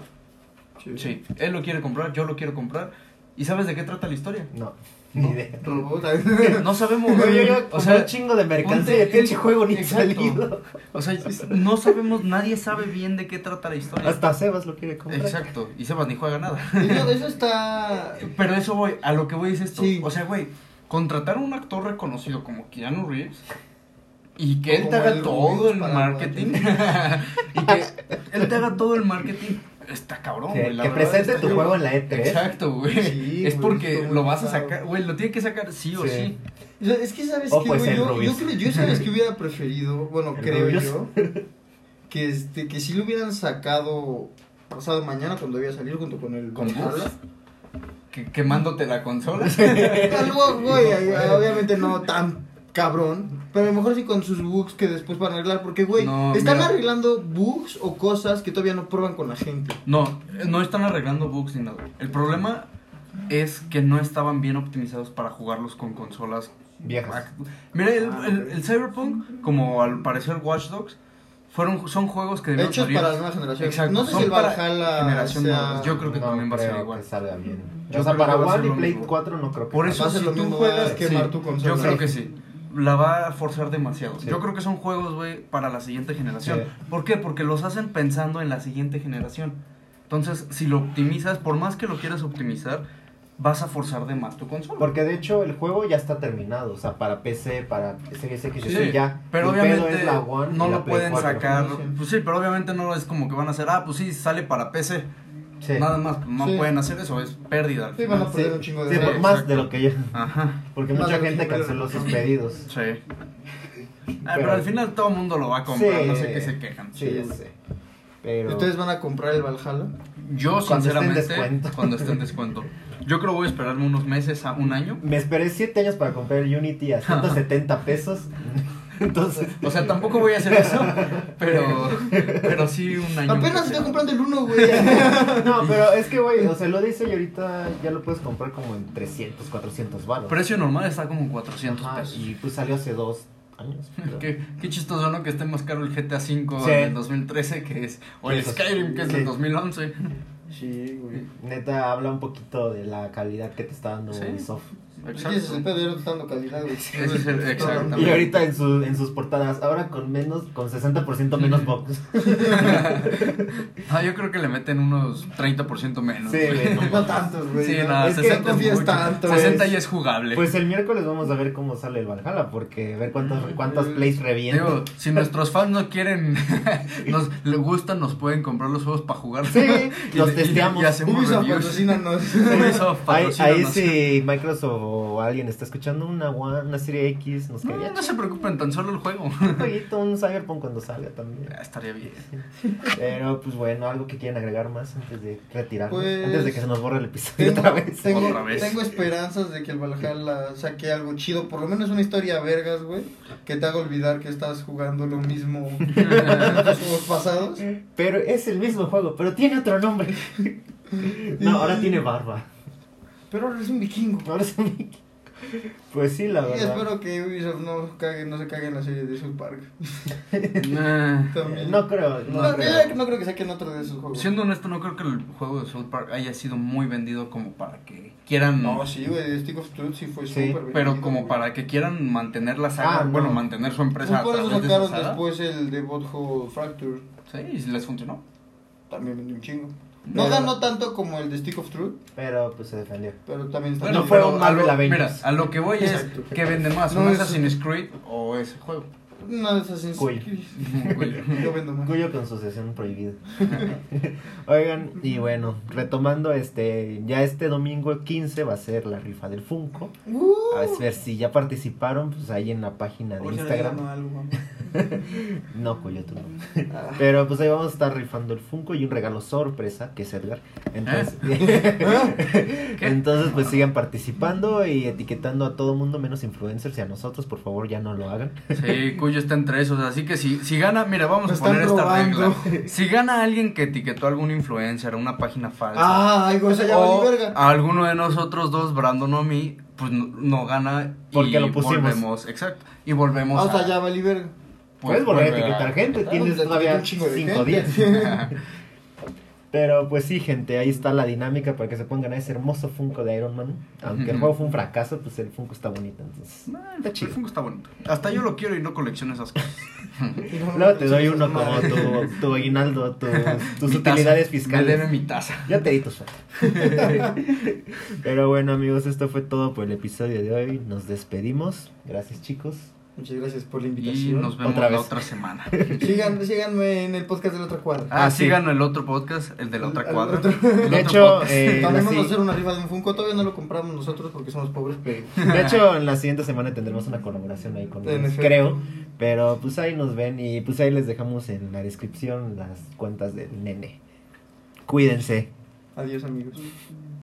Speaker 2: Sí. Él lo quiere comprar, yo lo quiero comprar. ¿Y sabes de qué trata la historia?
Speaker 1: No, ni idea.
Speaker 3: Robot.
Speaker 2: No sabemos.
Speaker 1: Yo yo
Speaker 2: o sea,
Speaker 1: un chingo de mercancía y el
Speaker 2: ponte-
Speaker 1: pinche juego ni ha
Speaker 2: Exacto.
Speaker 1: salido.
Speaker 2: o sea, no sabemos, nadie sabe bien de qué trata la historia.
Speaker 1: Hasta Sebas lo quiere comprar.
Speaker 2: Exacto. Y Sebas ni juega nada.
Speaker 3: Eso, eso está.
Speaker 2: Pero eso voy, a lo que voy es esto.
Speaker 3: Sí.
Speaker 2: O sea, güey, contratar a un actor reconocido como Keanu Reeves y que
Speaker 3: O
Speaker 2: él te
Speaker 3: como
Speaker 2: haga
Speaker 3: el
Speaker 2: todo
Speaker 3: Rubius
Speaker 2: el
Speaker 3: para
Speaker 2: marketing. y que él te haga todo el marketing. Está cabrón,
Speaker 1: Que,
Speaker 2: güey. la
Speaker 1: que
Speaker 2: verdad
Speaker 1: presente
Speaker 2: está
Speaker 1: tu
Speaker 2: cabrón.
Speaker 1: juego en la E E3.
Speaker 2: Exacto, güey.
Speaker 3: Sí,
Speaker 2: es
Speaker 3: güey,
Speaker 2: porque
Speaker 3: está muy
Speaker 2: lo vas a
Speaker 3: pesado.
Speaker 2: sacar, güey, lo tiene que sacar sí o sí.
Speaker 1: Sí.
Speaker 3: O sea, Es que, ¿sabes
Speaker 1: O
Speaker 3: qué,
Speaker 1: pues
Speaker 3: güey?
Speaker 1: el
Speaker 3: Yo, yo,
Speaker 1: Rubius.
Speaker 3: creo, yo, ¿sabes que hubiera preferido? Bueno,
Speaker 1: El
Speaker 3: creo
Speaker 1: Rubius.
Speaker 3: yo. Que, este, que si lo hubieran sacado pasado mañana cuando había salido junto con el.
Speaker 2: Con
Speaker 3: Valhalla.
Speaker 2: Bugs. Que- quemándote la consola.
Speaker 3: Algo, güey, obviamente no tan cabrón, pero a lo mejor sí con sus bugs que después van a arreglar, porque, güey,
Speaker 2: No,
Speaker 3: están
Speaker 2: mira.
Speaker 3: arreglando bugs o cosas que todavía no prueban con la gente.
Speaker 2: No, no están arreglando bugs ni nada. El problema es que no estaban bien optimizados para jugarlos con consolas Ah,
Speaker 1: Viejas.
Speaker 2: Mira, el, el- el Cyberpunk, como al parecer Watch Dogs, fueron, son juegos que debieron
Speaker 3: Hechos
Speaker 2: salir.
Speaker 3: para la nueva generación.
Speaker 2: Exacto,
Speaker 3: No sé
Speaker 2: son
Speaker 3: si el
Speaker 2: para
Speaker 3: Valhalla.
Speaker 2: generación
Speaker 3: sea-
Speaker 2: nueva. Yo creo que también va a ser
Speaker 1: creo
Speaker 2: igual.
Speaker 1: que salga bien.
Speaker 2: Yo
Speaker 1: o sea,
Speaker 2: creo que
Speaker 1: para
Speaker 2: va a ser
Speaker 1: One y
Speaker 2: lo
Speaker 1: Play
Speaker 2: mismo.
Speaker 1: 4 no creo que salga.
Speaker 2: Por eso,
Speaker 3: Va a ser
Speaker 2: si
Speaker 3: lo
Speaker 2: tú
Speaker 3: mismo,
Speaker 2: juegas,
Speaker 3: va a quemar
Speaker 2: sí,
Speaker 3: tu consola.
Speaker 2: Yo creo que sí. La va a forzar demasiado.
Speaker 1: Sí.
Speaker 2: Yo creo que son juegos, güey, para la siguiente generación.
Speaker 1: Sí.
Speaker 2: ¿Por qué? Porque los hacen pensando en la siguiente generación. Entonces, si lo optimizas, por más que lo quieras optimizar, vas a forzar de más tu consola.
Speaker 1: Porque de hecho el juego ya está terminado, o sea, para PC, para Series X,
Speaker 2: Sí,
Speaker 1: y ya.
Speaker 2: pero
Speaker 1: El pedo
Speaker 2: obviamente
Speaker 1: es la One
Speaker 2: no
Speaker 1: y la
Speaker 2: lo
Speaker 1: Play
Speaker 2: pueden
Speaker 1: 4.
Speaker 2: sacar.
Speaker 3: Sí.
Speaker 2: Pues sí, pero obviamente no es como que van a hacer, ah, pues sí, sale para PC.
Speaker 1: Sí.
Speaker 2: Nada más, no
Speaker 3: Sí.
Speaker 2: pueden hacer eso, es pérdida. al
Speaker 3: Sí,
Speaker 2: final.
Speaker 3: van a perder un chingo de
Speaker 1: Sí,
Speaker 3: dinero.
Speaker 1: por- más
Speaker 2: Exacto.
Speaker 1: de lo que ya.
Speaker 2: Ajá,
Speaker 1: Porque
Speaker 3: Más de
Speaker 1: mucha
Speaker 3: lo que
Speaker 1: gente
Speaker 3: compraron.
Speaker 1: canceló sus pedidos.
Speaker 2: sí. Ah, pero al final todo el mundo lo va a comprar,
Speaker 1: Sí.
Speaker 2: no sé qué se quejan.
Speaker 1: Sí, ya sé. Pero.
Speaker 3: ¿Ustedes van a comprar el Valhalla?
Speaker 2: Yo,
Speaker 1: Cuando esté en
Speaker 2: sinceramente,
Speaker 1: descuento.
Speaker 2: cuando esté en descuento. Yo creo voy a esperarme unos meses a un año.
Speaker 1: Me esperé 7 años para comprar Unity a 170 pesos. Entonces.
Speaker 2: O sea, tampoco voy a hacer eso, pero, pero sí un año.
Speaker 3: Apenas estoy comprando el 1, güey.
Speaker 1: No, pero es que, güey, o sea, lo dice y ahorita ya lo puedes comprar como en 300, 400 baros.
Speaker 2: Precio normal está como en 400
Speaker 1: Ajá,
Speaker 2: pesos.
Speaker 1: y pues salió hace dos años. creo.
Speaker 2: Qué, qué chistoso, ¿no? Que esté más caro el GTA V
Speaker 1: Sí.
Speaker 2: del 2013 que es... O el
Speaker 1: Sí, eso sí.
Speaker 2: Skyrim que es
Speaker 1: Sí.
Speaker 2: del 2011.
Speaker 3: Sí, güey.
Speaker 1: Neta, habla un poquito de la calidad que te está dando
Speaker 2: Sí.
Speaker 1: Ubisoft.
Speaker 2: Exacto.
Speaker 3: 360 de era dando calidad, güey.
Speaker 2: Ese es el- exactamente.
Speaker 1: Y ahorita en, su- en sus portadas, ahora con menos, con 60% menos box.
Speaker 2: Ah, yo creo que le meten unos 30% menos.
Speaker 1: Sí,
Speaker 2: güey.
Speaker 1: güey,
Speaker 3: No tantos, güey.
Speaker 2: Sí,
Speaker 3: no,
Speaker 2: nada,
Speaker 3: es que
Speaker 2: 60
Speaker 3: no confías
Speaker 2: mucho.
Speaker 3: tanto.
Speaker 2: 60
Speaker 3: güey.
Speaker 2: ya es jugable.
Speaker 1: Pues el miércoles vamos a ver cómo sale el Valhalla, porque a ver cuántas, cuántas
Speaker 3: Mm,
Speaker 1: plays revienta.
Speaker 2: Ah, eh, Digo, si nuestros fans no quieren, nos le gustan, nos pueden comprar los juegos para jugar.
Speaker 1: Sí,
Speaker 2: Y
Speaker 1: los
Speaker 2: le- y-
Speaker 1: testeamos.
Speaker 2: Y, hacemos
Speaker 3: Ubisoft,
Speaker 2: reviews.
Speaker 3: patrocínanos.
Speaker 2: Ubisoft,
Speaker 1: Ahí, ahí
Speaker 2: patrocínanos.
Speaker 1: sí, Microsoft o alguien está escuchando una, One- una serie X, nos
Speaker 2: No,
Speaker 1: caería
Speaker 2: no se preocupen, tan solo el juego.
Speaker 1: un jueguito, un Cyberpunk cuando salga también.
Speaker 2: Ah, Estaría bien.
Speaker 1: Pero pues bueno, algo que quieren agregar más antes de retirarnos,
Speaker 3: Pues-
Speaker 1: antes de que se nos borre el episodio
Speaker 3: Tengo,
Speaker 1: otra vez.
Speaker 3: tengo-
Speaker 2: Otra vez.
Speaker 3: tengo esperanzas de que el Valhalla saque algo chido, por lo menos una historia vergas, güey, que te haga olvidar que estás jugando lo mismo que en los juegos pasados.
Speaker 1: Pero es el mismo juego, pero tiene otro nombre. No, ahora tiene barba.
Speaker 3: Pero ahora eres un vikingo.
Speaker 1: Ahora es un- Pues sí, la
Speaker 3: Y
Speaker 1: verdad.
Speaker 3: espero que Ubisoft no, cague, no se cague en la serie de South Park.
Speaker 2: Nah.
Speaker 3: También.
Speaker 1: No creo,
Speaker 3: No,
Speaker 1: no
Speaker 3: yo
Speaker 1: creo.
Speaker 3: ya no creo que saquen otro de esos juegos.
Speaker 2: Siendo honesto, no creo que el juego de South Park haya sido muy vendido como para que quieran.
Speaker 3: No, sí, güey, Stick of Truth sí fue
Speaker 1: Sí,
Speaker 3: súper
Speaker 2: Pero
Speaker 3: vendido,
Speaker 2: como
Speaker 3: güey.
Speaker 2: para que quieran mantener la saga,
Speaker 1: Ah, no.
Speaker 2: bueno, mantener su
Speaker 3: Pues
Speaker 2: empresa. a
Speaker 3: por eso
Speaker 2: través de esa
Speaker 3: sacaron
Speaker 2: saga.
Speaker 3: después el de Butthole Fracture.
Speaker 2: Sí, y les funcionó.
Speaker 3: También vendió un chingo. No
Speaker 1: Pero-
Speaker 3: ganó tanto como el de Stick of Truth,
Speaker 1: Pero pues se defendió.
Speaker 3: pero también está
Speaker 1: Bueno,
Speaker 3: bien.
Speaker 1: fue
Speaker 2: pero
Speaker 1: un
Speaker 2: a
Speaker 1: Marvel
Speaker 2: lo- Mira,
Speaker 1: Avengers.
Speaker 2: a lo que voy es
Speaker 3: Exacto.
Speaker 2: que vende más,
Speaker 3: No,
Speaker 2: un
Speaker 3: es-
Speaker 2: Assassin's Creed o ese juego.
Speaker 3: No, es Assassin's
Speaker 1: Cuyo.
Speaker 3: Creed. Yo vendo más.
Speaker 1: Cuyo con sucesión prohibida. Oigan, y bueno, retomando este, ya este domingo 15 va a ser la rifa del Funko.
Speaker 3: Uh.
Speaker 1: A ver si ya participaron, pues ahí en la página Ah, de
Speaker 3: Oye,
Speaker 1: Instagram.
Speaker 3: ganó algo, mamá.
Speaker 1: No, Cuyo, tú no.
Speaker 3: Ah.
Speaker 1: Pero pues ahí vamos a estar rifando el Funko y un regalo sorpresa, que es Edgar. Entonces,
Speaker 3: ¿Eh?
Speaker 1: entonces
Speaker 3: Ah.
Speaker 1: pues sigan participando y etiquetando a todo mundo menos influencers y a nosotros, por favor, ya no lo hagan.
Speaker 3: Pues,
Speaker 2: Sí, Cuyo está entre esos, así que si, si gana, mira, vamos
Speaker 3: Me
Speaker 2: a
Speaker 3: están
Speaker 2: poner
Speaker 3: robando.
Speaker 2: esta regla. Si gana alguien que etiquetó a algún influencer, a una página falsa,
Speaker 3: Ah, algo, esa ya
Speaker 2: o
Speaker 3: valió verga. Ah,
Speaker 2: a alguno de nosotros dos, Brandon o mí, pues no, no gana y
Speaker 1: Porque lo pusimos.
Speaker 2: volvemos, exacto, y volvemos
Speaker 3: Ah, o sea,
Speaker 2: a-
Speaker 3: ya valí verga.
Speaker 2: pues,
Speaker 1: Puedes volver a
Speaker 2: vuelve
Speaker 1: etiquetar gente,
Speaker 3: Ah,
Speaker 1: tienes
Speaker 3: pues,
Speaker 1: todavía
Speaker 3: un chingo de
Speaker 1: 5 días.
Speaker 3: gente.
Speaker 1: Pero pues sí, gente, ahí está la dinámica para que se pongan a ese hermoso Funko de Iron Man. Aunque el
Speaker 2: Ujú.
Speaker 1: juego fue un fracaso, pues el Funko está bonito. Entonces,
Speaker 2: Ah,
Speaker 1: está
Speaker 2: El
Speaker 1: chido.
Speaker 2: Funko está bonito. Hasta yo lo quiero y no colecciono esas cosas.
Speaker 1: Luego te doy uno como
Speaker 3: Madre.
Speaker 1: tu, tu aguinaldo, tu- tus
Speaker 2: Mi taza.
Speaker 1: utilidades
Speaker 2: Me
Speaker 1: fiscales.
Speaker 2: debe mi taza.
Speaker 1: Ya te di tu suerte. Pero bueno, amigos, esto fue todo por el episodio de hoy. Nos despedimos. Gracias, chicos.
Speaker 3: Muchas gracias por la
Speaker 2: Y
Speaker 3: invitación.
Speaker 2: nos vemos
Speaker 1: Otra
Speaker 2: la
Speaker 1: vez.
Speaker 2: otra semana.
Speaker 3: Sigan- síganme en el podcast de la otra cuadra.
Speaker 2: Ah,
Speaker 1: Ah,
Speaker 2: sí,
Speaker 1: sí.
Speaker 2: ganó el otro podcast, el de la otra
Speaker 3: Al- al
Speaker 2: cuadra.
Speaker 3: otro.
Speaker 2: El otro
Speaker 1: De hecho,
Speaker 2: podcast.
Speaker 1: eh, la
Speaker 3: También vamos
Speaker 1: si-
Speaker 3: a hacer una rifa de un Funko. Todavía no lo compramos nosotros porque somos pobres, pero.
Speaker 1: de hecho, en la siguiente semana tendremos una colaboración ahí con
Speaker 3: En
Speaker 1: ellos,
Speaker 3: efecto.
Speaker 1: Pues creo. Pero pues ahí nos ven y pues ahí les dejamos en la descripción las cuentas del nene. Cuídense.
Speaker 3: Adiós, amigos.